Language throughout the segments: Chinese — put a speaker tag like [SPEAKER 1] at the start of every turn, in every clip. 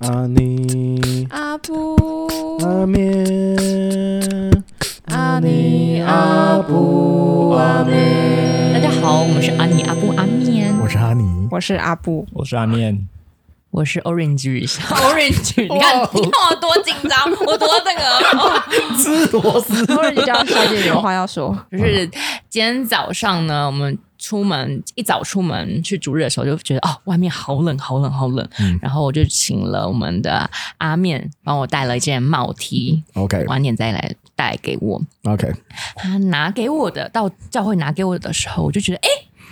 [SPEAKER 1] 阿尼
[SPEAKER 2] 阿布
[SPEAKER 1] 阿面，
[SPEAKER 2] 阿尼阿布阿面，
[SPEAKER 3] 大家好，我们是安妮阿布阿面，
[SPEAKER 4] 我是哈尼，
[SPEAKER 2] 我是阿布，
[SPEAKER 4] 我是阿面，
[SPEAKER 3] 我是 Orange 雨下 Orange，你看
[SPEAKER 4] 哇
[SPEAKER 3] 你看我多紧张，我多那 个。
[SPEAKER 4] 吃螺丝。
[SPEAKER 2] 然后人家小姐有话要说，
[SPEAKER 3] 就是今天早上呢，我们出门一早出门去逐日的时候，就觉得哦，外面好冷，好冷，好冷。
[SPEAKER 4] 嗯
[SPEAKER 3] 然后我就请了我们的阿面帮我带了一件帽 T，
[SPEAKER 4] OK
[SPEAKER 3] 晚点再来带给我。
[SPEAKER 4] OK，
[SPEAKER 3] 他拿给我的，到教会拿给我的时候，我就觉得，哎，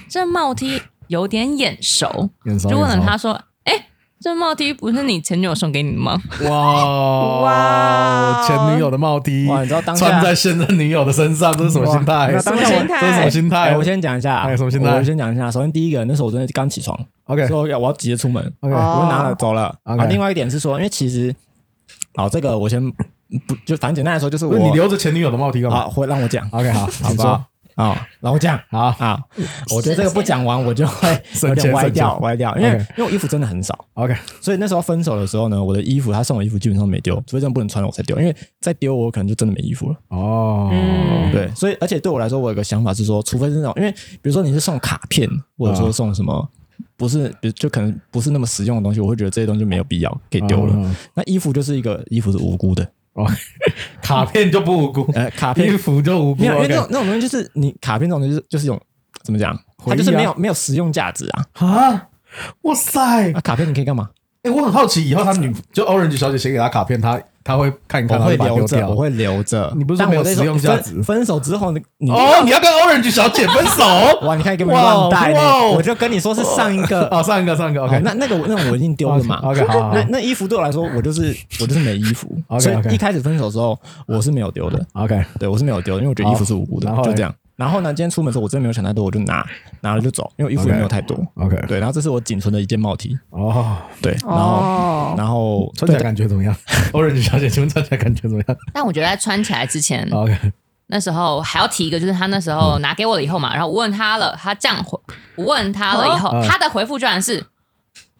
[SPEAKER 3] 这帽 T 有点眼熟，
[SPEAKER 4] 眼熟
[SPEAKER 3] 就问了
[SPEAKER 4] 眼熟
[SPEAKER 3] 他说，哎，这帽 T 不是你前女友送给你的吗？
[SPEAKER 4] 哇
[SPEAKER 2] 哇
[SPEAKER 4] 前女友的帽 T，
[SPEAKER 1] 哇你知道当下
[SPEAKER 4] 穿在现任女友的身上，这是什么心态？
[SPEAKER 1] 哇那
[SPEAKER 4] 这
[SPEAKER 1] 当
[SPEAKER 2] 下我
[SPEAKER 4] 是什么心态？
[SPEAKER 1] 哎，我先讲一下，
[SPEAKER 4] 哎有什么心态
[SPEAKER 1] 我先讲一下。首先第一个，那时候我真的刚起床，
[SPEAKER 4] OK
[SPEAKER 1] 所以我要急着出门，我
[SPEAKER 4] OK
[SPEAKER 1] 就拿了走了。
[SPEAKER 4] OK
[SPEAKER 1] 啊，另外一点是说，因为其实，好，这个我先不就反正简单来说，就是
[SPEAKER 4] 不
[SPEAKER 1] 我
[SPEAKER 4] 是你留着前女友的帽 T 干嘛
[SPEAKER 1] 啊，会让我讲，
[SPEAKER 4] ？OK，好，
[SPEAKER 1] 好
[SPEAKER 4] 好
[SPEAKER 1] 吧？啊，让我讲。
[SPEAKER 4] 好，
[SPEAKER 1] 啊，我觉得这个不讲完，我就 会
[SPEAKER 4] 省
[SPEAKER 1] 有点
[SPEAKER 4] 钱
[SPEAKER 1] 歪
[SPEAKER 4] 省
[SPEAKER 1] 掉，
[SPEAKER 4] 钱
[SPEAKER 1] 歪掉，因为
[SPEAKER 4] OK
[SPEAKER 1] 因为我衣服真的很少，
[SPEAKER 4] OK，
[SPEAKER 1] 所以那时候分手的时候呢，我的衣服他送我的衣服基本上没丢，除非真的不能穿了我才丢，因为再丢我可能就真的没衣服了。
[SPEAKER 4] 哦，
[SPEAKER 3] 嗯
[SPEAKER 1] 对，所以而且对我来说，我有个想法是说，除非是那种，因为比如说你是送卡片，或者说送什么，不是，比如就可能不是那么实用的东西，我会觉得这些东西就没有必要可以丢
[SPEAKER 4] 嗯
[SPEAKER 1] 了
[SPEAKER 4] 嗯。
[SPEAKER 1] 那衣服就是一个，衣服是无辜的，
[SPEAKER 4] 哦，卡片就不无辜，
[SPEAKER 1] 呃，卡片
[SPEAKER 4] 衣服就无辜
[SPEAKER 1] 没有，因为
[SPEAKER 4] OK
[SPEAKER 1] 那种那种东西就是你卡片这种东西就是就是一种怎么讲，它
[SPEAKER 4] 回忆啊
[SPEAKER 1] 就是没有 没有实用价值啊。
[SPEAKER 4] 啊。哇塞！
[SPEAKER 1] 那
[SPEAKER 4] 哎、
[SPEAKER 1] 卡片你可以干嘛？
[SPEAKER 4] 我很好奇，以后他女就 Orange 小姐写给他卡片，他他会看一看，
[SPEAKER 1] 我
[SPEAKER 4] 他
[SPEAKER 1] 会
[SPEAKER 4] 就把它
[SPEAKER 1] 留
[SPEAKER 4] 丢
[SPEAKER 1] 着，
[SPEAKER 4] 掉。
[SPEAKER 1] 我会留着。
[SPEAKER 4] 你不是说
[SPEAKER 1] 但
[SPEAKER 4] 没有
[SPEAKER 1] 我在说
[SPEAKER 4] 实用价值
[SPEAKER 1] 分分手之后，你
[SPEAKER 4] 哦，你要跟 Orange 小姐分 手？
[SPEAKER 1] 哇，你看你根本乱带
[SPEAKER 4] 哇哇
[SPEAKER 1] 你，我就跟你说是上一个
[SPEAKER 4] 哦，上一个，上一个
[SPEAKER 1] 好
[SPEAKER 4] ，OK，
[SPEAKER 1] 那那个我那种我一定丢了嘛。
[SPEAKER 4] OK，OK，好好好
[SPEAKER 1] 那那衣服对我来说，我就是我就是没衣服，所
[SPEAKER 4] OK，OK
[SPEAKER 1] 以一开始分手的时候，我是没有丢的，
[SPEAKER 4] OK，
[SPEAKER 1] 对我是没有丢的，因为我觉得衣服是无辜的
[SPEAKER 4] 好然，后嘞
[SPEAKER 1] 就这样。然后呢，今天出门的时候，我真的没有想太多，我就拿拿了就走，因为我衣服也没有太多。
[SPEAKER 4] OK，
[SPEAKER 1] 对，然后这是我仅存的一件帽 T，
[SPEAKER 4] 哦，
[SPEAKER 1] 对，然后
[SPEAKER 2] 哦，
[SPEAKER 1] 然后
[SPEAKER 4] 穿起来感觉怎么样 ？Orange 小姐，请问穿起来感觉怎么 样
[SPEAKER 3] 但我觉得在穿起来之前，
[SPEAKER 4] ？OK，
[SPEAKER 3] 那时候还要提一个，就是他那时候拿给我了以后嘛，然后我问他了，他这样回，我问他了以后，
[SPEAKER 4] 哦
[SPEAKER 3] 他的回复居然是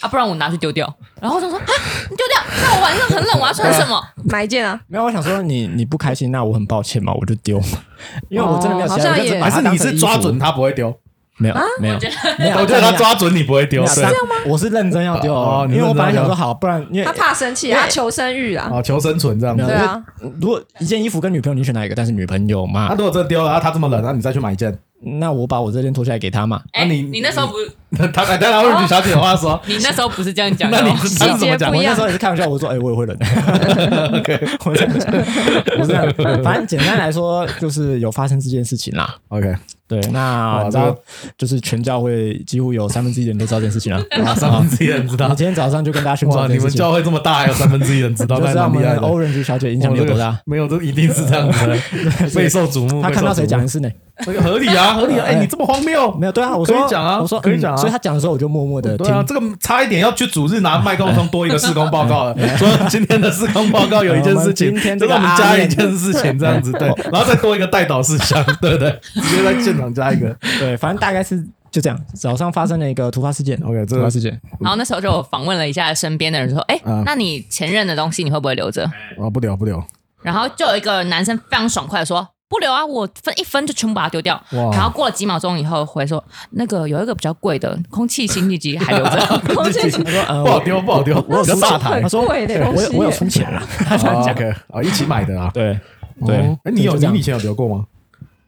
[SPEAKER 3] 啊，不然我拿去丢掉。然后我就说啊，你丢掉，那我晚上很冷，我要穿什 么？
[SPEAKER 2] 哪一件啊？
[SPEAKER 1] 没有，我想说你你不开心，那我很抱歉嘛，我就丢， 因为我真的没有
[SPEAKER 2] 哦
[SPEAKER 1] 其他，
[SPEAKER 2] 好像
[SPEAKER 1] 我就只
[SPEAKER 2] 也
[SPEAKER 1] 把
[SPEAKER 4] 还
[SPEAKER 1] 它
[SPEAKER 4] 是
[SPEAKER 1] 当
[SPEAKER 4] 你
[SPEAKER 1] 成
[SPEAKER 4] 是
[SPEAKER 1] 衣
[SPEAKER 4] 抓
[SPEAKER 1] 服
[SPEAKER 4] 准他不会丢？
[SPEAKER 1] 没有没有，没有
[SPEAKER 4] 我觉得他抓准你不会丢，
[SPEAKER 1] 这
[SPEAKER 4] 对
[SPEAKER 1] 样吗？我是认真要丢
[SPEAKER 4] 哦
[SPEAKER 1] 哦，
[SPEAKER 4] 你
[SPEAKER 1] 因为我
[SPEAKER 4] 认
[SPEAKER 1] 本
[SPEAKER 4] 真
[SPEAKER 1] 来
[SPEAKER 4] 要
[SPEAKER 1] 想
[SPEAKER 4] 丢
[SPEAKER 1] 说好，不然因为
[SPEAKER 2] 他怕生气，他求生欲啊。
[SPEAKER 4] 哦，求生存这样子
[SPEAKER 1] 没
[SPEAKER 2] 对。啊，
[SPEAKER 1] 如果一件衣服跟女朋友，你选哪一个？但是女朋友
[SPEAKER 4] 那
[SPEAKER 1] 嘛，
[SPEAKER 4] 如果真的丢了，啊，他这么冷，那你再去买一件。
[SPEAKER 1] 那我把我这件脱下来给她嘛。
[SPEAKER 3] 哎、
[SPEAKER 4] 啊你
[SPEAKER 3] 你那时候不，
[SPEAKER 4] 他哎，当然 Orange 小姐有话说，
[SPEAKER 3] 你那时候不是这样讲的
[SPEAKER 4] 那
[SPEAKER 3] 哦。
[SPEAKER 1] 啊
[SPEAKER 4] 你是他是怎么讲
[SPEAKER 2] 不一
[SPEAKER 1] 我
[SPEAKER 2] 样
[SPEAKER 1] 那时候也是开玩笑，我说：“哎、我也会 冷。
[SPEAKER 4] ？OK
[SPEAKER 1] 我这样讲” 我这样，反正简单来说，就是有发生这件事情啦。
[SPEAKER 4] OK，
[SPEAKER 1] 对，那
[SPEAKER 4] 哇
[SPEAKER 1] 你知道
[SPEAKER 4] 这个，
[SPEAKER 1] 就是全教会几乎有三分之一的人都知道这件事情了。
[SPEAKER 4] 哇，啊三分之一人知
[SPEAKER 1] 我
[SPEAKER 4] 道，
[SPEAKER 1] 今天早上就跟大家宣
[SPEAKER 4] 哇，
[SPEAKER 1] 传这
[SPEAKER 4] 你
[SPEAKER 1] 件
[SPEAKER 4] 们
[SPEAKER 1] 事情，
[SPEAKER 4] 教会这么大，还有三分之一人知道，
[SPEAKER 1] 就
[SPEAKER 4] 那
[SPEAKER 1] 知
[SPEAKER 4] 也
[SPEAKER 1] 道我
[SPEAKER 4] 蛮
[SPEAKER 1] 们
[SPEAKER 4] 厉害
[SPEAKER 1] 的
[SPEAKER 4] 的。哦
[SPEAKER 1] Orange 小姐影响力有多大。？
[SPEAKER 4] 没有，这一定是这样 子的，备受瞩目。
[SPEAKER 1] 她看到谁讲
[SPEAKER 4] 备
[SPEAKER 1] 一次呢？
[SPEAKER 4] 受瞩目，这个合理啊，合理啊！哎，你这么荒谬，
[SPEAKER 1] 没有，对啊，我
[SPEAKER 4] 可以
[SPEAKER 1] 说
[SPEAKER 4] 讲啊
[SPEAKER 1] 我说嗯
[SPEAKER 4] 可以讲啊
[SPEAKER 1] 所以她讲的时候，我就默默的
[SPEAKER 4] 对
[SPEAKER 1] 听。
[SPEAKER 4] 啊，这个差一点要去主日拿麦克风多一个施工报 告了。说今天的施工报告有一件事
[SPEAKER 1] 我
[SPEAKER 4] 情，
[SPEAKER 1] 们今天这
[SPEAKER 4] 这
[SPEAKER 1] 个
[SPEAKER 4] 是我们加
[SPEAKER 1] 阿
[SPEAKER 4] 一
[SPEAKER 1] 燕
[SPEAKER 4] 件事情这样子，对，然后再多一个带导事 项，对不对？直接在现场加一个。
[SPEAKER 1] 对，反正大概是就这样。早上发生了一个突发事件
[SPEAKER 4] OK，这
[SPEAKER 1] 突发事件，
[SPEAKER 3] 然后那时候就有访问了一下身边的人，说：“哎、
[SPEAKER 4] 嗯
[SPEAKER 3] 那你前任的东西你会不会留着
[SPEAKER 4] 啊，不聊不聊，？”
[SPEAKER 3] 然后就有一个男生非常爽快的说：“不留啊，我分一分就全部把它丢掉。”
[SPEAKER 4] 哇
[SPEAKER 3] 然后过了几秒钟以后回说：“那个有一个比较贵的空气清净机还留着。
[SPEAKER 2] 空气清
[SPEAKER 1] 他说：“呃，
[SPEAKER 4] 啊不好丢不好丢，
[SPEAKER 1] 我有
[SPEAKER 4] 比较
[SPEAKER 1] 出
[SPEAKER 4] 大
[SPEAKER 1] 钱
[SPEAKER 4] 台
[SPEAKER 1] 他。说：“
[SPEAKER 2] 贵的东
[SPEAKER 1] 我
[SPEAKER 2] 西
[SPEAKER 1] 有我有出钱啦。
[SPEAKER 4] 啊 OK 啊，一起买的啊”。
[SPEAKER 1] 对
[SPEAKER 4] 哦哎，你
[SPEAKER 1] 就
[SPEAKER 4] 有你
[SPEAKER 1] 这样
[SPEAKER 4] 以前有留过吗？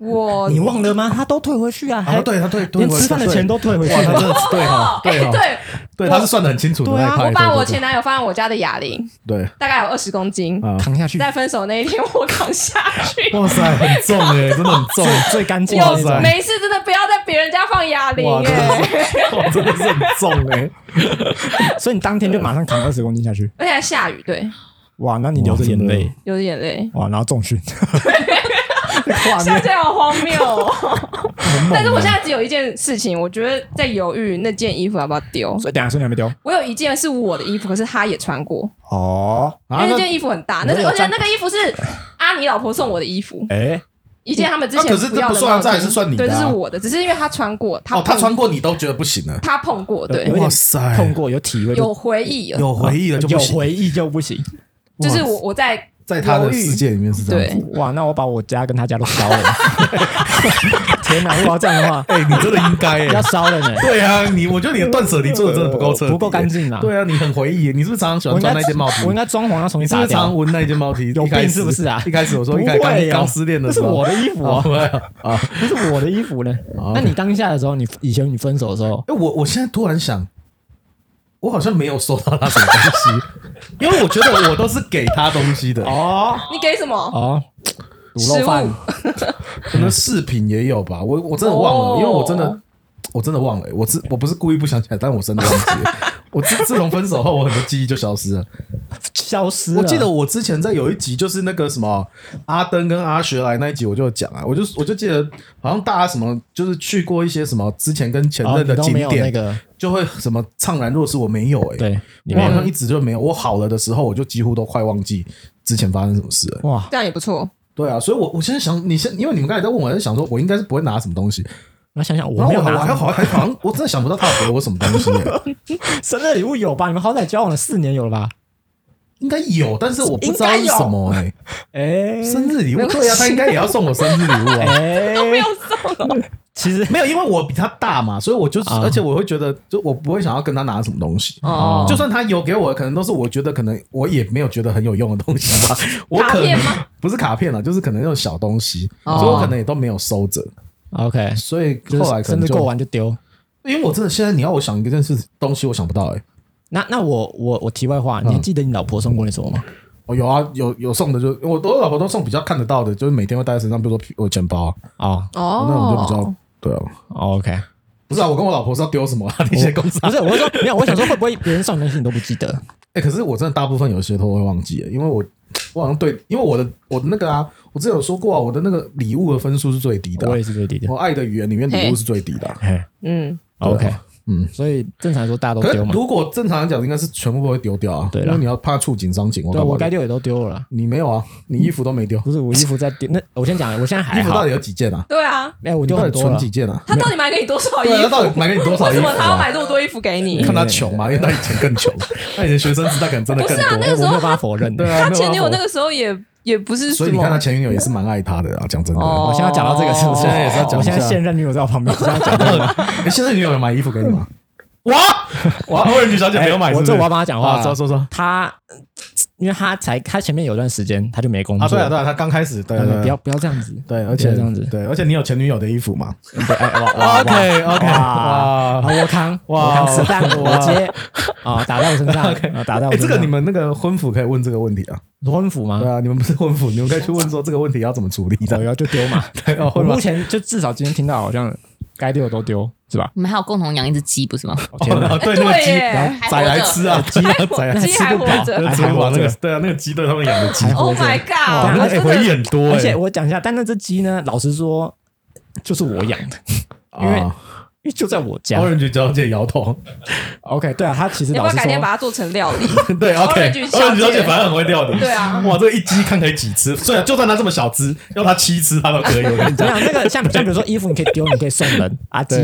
[SPEAKER 2] 我
[SPEAKER 1] 你忘了吗？他都退回去啊，还
[SPEAKER 4] 啊，对，他对，对
[SPEAKER 1] 连吃饭的钱都退回去啊
[SPEAKER 4] 哇，他
[SPEAKER 1] 了。
[SPEAKER 4] 真的是对哈，
[SPEAKER 2] 哎
[SPEAKER 4] 对哈，
[SPEAKER 2] 对，
[SPEAKER 4] 对，他是算的很清楚的
[SPEAKER 1] 对
[SPEAKER 4] 那
[SPEAKER 1] 啊
[SPEAKER 4] 一派。
[SPEAKER 2] 我把
[SPEAKER 4] 对
[SPEAKER 2] 我
[SPEAKER 4] 对
[SPEAKER 2] 前男友放在我家的哑铃，
[SPEAKER 4] 对，
[SPEAKER 2] 大概有二十公斤，
[SPEAKER 4] 啊
[SPEAKER 1] 扛下去，
[SPEAKER 2] 在分手那一天我扛下去。
[SPEAKER 4] 哇塞，很重哎，真的很重。
[SPEAKER 1] 最干净的
[SPEAKER 4] 哇
[SPEAKER 1] 那
[SPEAKER 4] 塞
[SPEAKER 1] 种。
[SPEAKER 2] 没事，真的不要在别人家放哑铃
[SPEAKER 4] 哇，真的
[SPEAKER 2] 哎，
[SPEAKER 4] 是，哇，真的 是很重哎、
[SPEAKER 1] 所以你当天就马上扛二十公斤下去，
[SPEAKER 2] 而且还下雨，对，
[SPEAKER 1] 哇！那你流着眼
[SPEAKER 4] 哇真
[SPEAKER 1] 泪
[SPEAKER 4] 的，
[SPEAKER 2] 有点累，
[SPEAKER 1] 哇，然后重训， 画
[SPEAKER 2] 现
[SPEAKER 1] 面
[SPEAKER 2] 在好荒谬哦。
[SPEAKER 4] 很猛欸
[SPEAKER 2] 但是我现在只有一件事情，我觉得在犹豫那件衣服要不要丢。
[SPEAKER 1] 所以等一下说你还没丢
[SPEAKER 2] 我有一件是我的衣服，可是他也穿过，
[SPEAKER 1] 哦，
[SPEAKER 2] 因
[SPEAKER 4] 啊
[SPEAKER 2] 为那
[SPEAKER 4] 那
[SPEAKER 2] 件衣服很大，那
[SPEAKER 1] 你
[SPEAKER 2] 是
[SPEAKER 1] 有
[SPEAKER 2] 而且
[SPEAKER 1] 沾
[SPEAKER 2] 那个衣服是阿尼老婆送我的衣服，
[SPEAKER 1] 哎，
[SPEAKER 2] 一件他们之前
[SPEAKER 4] 啊可是这
[SPEAKER 2] 要的
[SPEAKER 4] 不算啊
[SPEAKER 2] 帽子
[SPEAKER 4] 这还是算你的啊
[SPEAKER 2] 对，这是我的，只是因为他穿过，他
[SPEAKER 4] 哦，他
[SPEAKER 2] 碰
[SPEAKER 4] 穿过你都觉得不行了，
[SPEAKER 2] 他碰过，对
[SPEAKER 1] 有，一点
[SPEAKER 4] 哇塞
[SPEAKER 1] 碰过有体会就
[SPEAKER 2] 有回忆了，
[SPEAKER 4] 有回忆了就不
[SPEAKER 1] 啊有
[SPEAKER 4] 行。
[SPEAKER 1] 回忆就不行。
[SPEAKER 2] 就是我我在
[SPEAKER 4] 在他的
[SPEAKER 2] 犹豫
[SPEAKER 4] 世界里面是这样
[SPEAKER 2] 对
[SPEAKER 4] 子。，
[SPEAKER 1] 哇，那我把我家跟他家都烧 了。天哪，如果要这样的话，
[SPEAKER 4] 哎，你真的应该
[SPEAKER 1] 要
[SPEAKER 4] 哎。
[SPEAKER 1] 烧了呢。
[SPEAKER 4] 对啊，你我觉得你的断舍离做的真的不够彻底，
[SPEAKER 1] 不够干净啊
[SPEAKER 4] 对啊，你很回忆，你是不是常常喜
[SPEAKER 1] 我
[SPEAKER 4] 欢
[SPEAKER 1] 应该
[SPEAKER 4] 穿那件帽子？
[SPEAKER 1] 我应该装潢要重
[SPEAKER 4] 你
[SPEAKER 1] 新
[SPEAKER 4] 是不
[SPEAKER 1] 打
[SPEAKER 4] 是常
[SPEAKER 1] 掉。
[SPEAKER 4] 闻那件帽 T？
[SPEAKER 1] 有
[SPEAKER 4] 一开
[SPEAKER 1] 病
[SPEAKER 4] 始
[SPEAKER 1] 是不是啊
[SPEAKER 4] 一开始我说一
[SPEAKER 1] 不
[SPEAKER 4] 开始
[SPEAKER 1] 会
[SPEAKER 4] 刚
[SPEAKER 1] 啊
[SPEAKER 4] 刚失恋的
[SPEAKER 1] 那
[SPEAKER 4] 时
[SPEAKER 1] 是
[SPEAKER 4] 候，
[SPEAKER 1] 我的衣 服
[SPEAKER 4] 啊
[SPEAKER 1] 啊，
[SPEAKER 4] 啊！
[SPEAKER 1] 那是我的衣服呢。
[SPEAKER 4] 哦
[SPEAKER 1] 那你当下的时候，你以前你分手的时候，
[SPEAKER 4] 哎，我我现在突然想，我好像没有收到他什么东西， 因为我觉得我都是给他东西的，
[SPEAKER 1] 哦
[SPEAKER 2] 你给什么？
[SPEAKER 1] 哦，卤
[SPEAKER 2] 食
[SPEAKER 1] 肉
[SPEAKER 2] 物
[SPEAKER 1] 饭
[SPEAKER 4] 可能饰品也有吧。我我真的忘了，
[SPEAKER 2] 哦
[SPEAKER 4] 因为我真的我真的忘了，我是我不是故意不想起来，但我真的忘记 了。我自自从分手后，我很多记忆就消失了。
[SPEAKER 1] 消失了。
[SPEAKER 4] 我记得我之前在有一集就是那个什么阿登跟阿学来那一集，我就有讲啊，我就我就记得好像大家什么就是去过一些什么之前跟前
[SPEAKER 1] 哦
[SPEAKER 4] 任的
[SPEAKER 1] 你都
[SPEAKER 4] 景
[SPEAKER 1] 没有
[SPEAKER 4] 点，
[SPEAKER 1] 那个，
[SPEAKER 4] 就会什么怅然若失。我没有哎、欸，
[SPEAKER 1] 对，你
[SPEAKER 4] 我
[SPEAKER 1] 没
[SPEAKER 4] 好
[SPEAKER 1] 有
[SPEAKER 4] 像一直就没有。我好了的时候，我就几乎都快忘记之前发生什么事了。
[SPEAKER 1] 哇，
[SPEAKER 2] 这样也不错，
[SPEAKER 4] 对啊，所以我我现在想，你现因为你们刚才在问我，我在想说，我应该是不会拿什么东西。
[SPEAKER 1] 我想想，
[SPEAKER 4] 然
[SPEAKER 1] 我
[SPEAKER 4] 后
[SPEAKER 1] 没
[SPEAKER 4] 我
[SPEAKER 1] 有
[SPEAKER 4] 还我还
[SPEAKER 1] 拿
[SPEAKER 4] 好还好像，我真的想不到他有给我什么东西欸、
[SPEAKER 1] 生日礼物有吧？你们好歹交往了四年有了吧？
[SPEAKER 4] 应该有，但是我不知道是
[SPEAKER 2] 应该有
[SPEAKER 4] 什 么哎、
[SPEAKER 1] 哎
[SPEAKER 4] 生日礼物
[SPEAKER 2] 没关系
[SPEAKER 4] 对啊，他应该也要送我生日礼物啊。
[SPEAKER 1] 哎，
[SPEAKER 2] 没有送了，
[SPEAKER 1] 其实
[SPEAKER 4] 没有，因为我比他大嘛，所以我就是，
[SPEAKER 1] 啊
[SPEAKER 4] 而且我会觉得，就我不会想要跟他拿什么东西。
[SPEAKER 1] 哦
[SPEAKER 4] 就算他有给我，可能都是我觉得可能我也没有觉得很有用的东西吧。我可
[SPEAKER 2] 卡片
[SPEAKER 4] 能
[SPEAKER 2] 吗
[SPEAKER 4] 不是卡片了，就是可能那种小东西，
[SPEAKER 3] 哦
[SPEAKER 4] 所以我可能也都没有收着。
[SPEAKER 1] OK，
[SPEAKER 4] 所以
[SPEAKER 1] 就
[SPEAKER 4] 后来
[SPEAKER 1] 是
[SPEAKER 4] 可
[SPEAKER 1] 生
[SPEAKER 4] 能
[SPEAKER 1] 日
[SPEAKER 4] 就
[SPEAKER 1] 过，完就丢。
[SPEAKER 4] 因为我真的现在你要我想一件事东西，我想不到哎、欸。
[SPEAKER 1] 那那我我我题外话，
[SPEAKER 4] 嗯
[SPEAKER 1] 你还记得你老婆送过你什么吗？
[SPEAKER 4] 哦，有啊，有有送的就，我我老婆都送比较看得到的，就是每天会带在身上，比如说皮我钱包啊，
[SPEAKER 1] 哦
[SPEAKER 4] 那我就比
[SPEAKER 2] 哦
[SPEAKER 4] 较，对啊。
[SPEAKER 1] 哦，OK，
[SPEAKER 4] 不是啊，我跟我老婆是要丢什么啊？
[SPEAKER 1] 哦
[SPEAKER 4] 那些公司
[SPEAKER 1] 不是，我是说没有，我想说会不会别人送你东西你都不记得？
[SPEAKER 4] 哎、可是我真的大部分有些都会忘记，因为我我好像对，因为我的我的那个啊，我之前有说过啊，我的那个礼物的分数是最低的啊、
[SPEAKER 1] 我也是最低的
[SPEAKER 4] 我。爱的语言里面礼物是最低的啊、
[SPEAKER 1] 嘿
[SPEAKER 2] 嗯，
[SPEAKER 1] OK，
[SPEAKER 4] 嗯
[SPEAKER 1] 嗯，所以正常来说大家都
[SPEAKER 4] 可是
[SPEAKER 1] 丢嘛。
[SPEAKER 4] 如果正常来讲，应该是全部都会丢掉啊，
[SPEAKER 1] 对啦
[SPEAKER 4] 因为你要怕触景伤情，我
[SPEAKER 1] 对，啊
[SPEAKER 4] 搞不好
[SPEAKER 1] 我该丢也都丢了啦。
[SPEAKER 4] 你没有啊，你衣服都没丢，
[SPEAKER 1] 不是我衣服在丢，那 我先讲，我现在
[SPEAKER 4] 衣
[SPEAKER 1] 还
[SPEAKER 4] 服
[SPEAKER 1] 好
[SPEAKER 4] 到。底有几件啊？
[SPEAKER 2] 对啊，
[SPEAKER 1] 哎，我
[SPEAKER 4] 你
[SPEAKER 1] 丢
[SPEAKER 4] 到
[SPEAKER 1] 很
[SPEAKER 4] 底
[SPEAKER 1] 多哎
[SPEAKER 4] 存
[SPEAKER 1] 了
[SPEAKER 4] 几。件啊？
[SPEAKER 2] 他到底买给你多少衣
[SPEAKER 4] 对啊，他到底
[SPEAKER 2] 服？
[SPEAKER 4] 买给你多少
[SPEAKER 2] 为
[SPEAKER 4] 衣
[SPEAKER 2] 什
[SPEAKER 4] 服、
[SPEAKER 2] 么他要
[SPEAKER 4] 啊？
[SPEAKER 2] 买这么多衣服给你？
[SPEAKER 4] 看他穷 嘛，因为他以前更穷，他以前学生时代可能真的更多。
[SPEAKER 1] 我我没有办法否认。
[SPEAKER 4] 对啊，
[SPEAKER 2] 啊他
[SPEAKER 4] 没有
[SPEAKER 2] 前女友
[SPEAKER 4] 办法
[SPEAKER 2] 那个时候也也不是
[SPEAKER 4] 所
[SPEAKER 2] 什
[SPEAKER 4] 以你看他
[SPEAKER 2] 么，哦
[SPEAKER 4] 前女友也是蛮爱他的啊，讲真的。
[SPEAKER 1] 我现在要讲到这个是不是？
[SPEAKER 4] 哦现在也是要讲一下
[SPEAKER 1] 我现在现任女友在我旁边，我现在讲这个。
[SPEAKER 4] 哎，现在女友有买衣服给你 吗？我我欧人女小姐没有买，
[SPEAKER 1] 哎我这我要帮她讲话
[SPEAKER 4] 啊说说说
[SPEAKER 1] 他，呃因为他才他前面有段时间他就没工
[SPEAKER 4] 啊，
[SPEAKER 1] 作，
[SPEAKER 4] 对啊对啊，她刚开始对
[SPEAKER 1] 对
[SPEAKER 4] 对
[SPEAKER 1] 不要不要这样子，
[SPEAKER 4] 对，啊而
[SPEAKER 1] 不
[SPEAKER 4] 且
[SPEAKER 1] 要这样子。
[SPEAKER 4] 对，而且你有前女友的衣服嘛
[SPEAKER 1] 对，哎，哇 哇哇
[SPEAKER 4] ？OK OK，
[SPEAKER 1] 哇！
[SPEAKER 4] 哇，
[SPEAKER 1] 我扛，
[SPEAKER 4] 哇
[SPEAKER 1] 我扛子弹，
[SPEAKER 4] 哇
[SPEAKER 1] 我接啊，打在我身上 啊，打在我
[SPEAKER 4] 哎，
[SPEAKER 1] 身上。
[SPEAKER 4] 这个你们那个婚服可以问这个问题啊？
[SPEAKER 1] 婚服吗
[SPEAKER 4] 对？啊，你们不是婚服，你们可以去问说这个问题要怎么处理
[SPEAKER 1] 然
[SPEAKER 4] 的。
[SPEAKER 1] 后就丢嘛。
[SPEAKER 4] 对哦，
[SPEAKER 1] 我
[SPEAKER 4] 会吗
[SPEAKER 1] 目？前就至少今天听到好像该丢的都丢，是 吧？
[SPEAKER 3] 你们还有共同养一只鸡不是吗？
[SPEAKER 1] 哦天哪
[SPEAKER 4] 哦，对，那个
[SPEAKER 2] 对
[SPEAKER 4] 鸡
[SPEAKER 2] 耶
[SPEAKER 4] 然后宰来 吃啊，鸡啊宰来
[SPEAKER 2] 鸡
[SPEAKER 4] 吃
[SPEAKER 2] 还
[SPEAKER 4] 不
[SPEAKER 2] 活
[SPEAKER 4] 饱，
[SPEAKER 2] 着
[SPEAKER 4] 那个宰
[SPEAKER 1] 还活
[SPEAKER 4] 那个
[SPEAKER 1] 着
[SPEAKER 4] 对啊，那个鸡对他们养的鸡，
[SPEAKER 1] 还活
[SPEAKER 2] Oh
[SPEAKER 1] 着哇
[SPEAKER 2] my god！
[SPEAKER 1] 那
[SPEAKER 2] 我
[SPEAKER 1] 个
[SPEAKER 4] 哎，
[SPEAKER 2] 真
[SPEAKER 4] 回忆
[SPEAKER 2] 的
[SPEAKER 4] 很多
[SPEAKER 1] 而
[SPEAKER 4] 哎
[SPEAKER 1] 且，我讲一下，但那只鸡呢，老实说，就是我养的，因为
[SPEAKER 4] 啊
[SPEAKER 1] 因为就在我家。
[SPEAKER 4] Orange 小姐摇头，
[SPEAKER 1] OK，对啊，它其实
[SPEAKER 2] 要
[SPEAKER 1] 老
[SPEAKER 2] 不要
[SPEAKER 1] 实
[SPEAKER 2] 改天把
[SPEAKER 1] 说，
[SPEAKER 2] 它做成料 理？
[SPEAKER 4] 对，OK，
[SPEAKER 2] Orange 小姐
[SPEAKER 4] 小姐反正很会料理。
[SPEAKER 2] 对啊
[SPEAKER 4] 哇，这个一鸡看可以几吃？虽然就算它这么小只，要它七吃它都 可以。我跟
[SPEAKER 1] 怎
[SPEAKER 4] 你讲，
[SPEAKER 1] 样？那个像像比如说衣服，你可以丢，你可以送 人啊，鸡，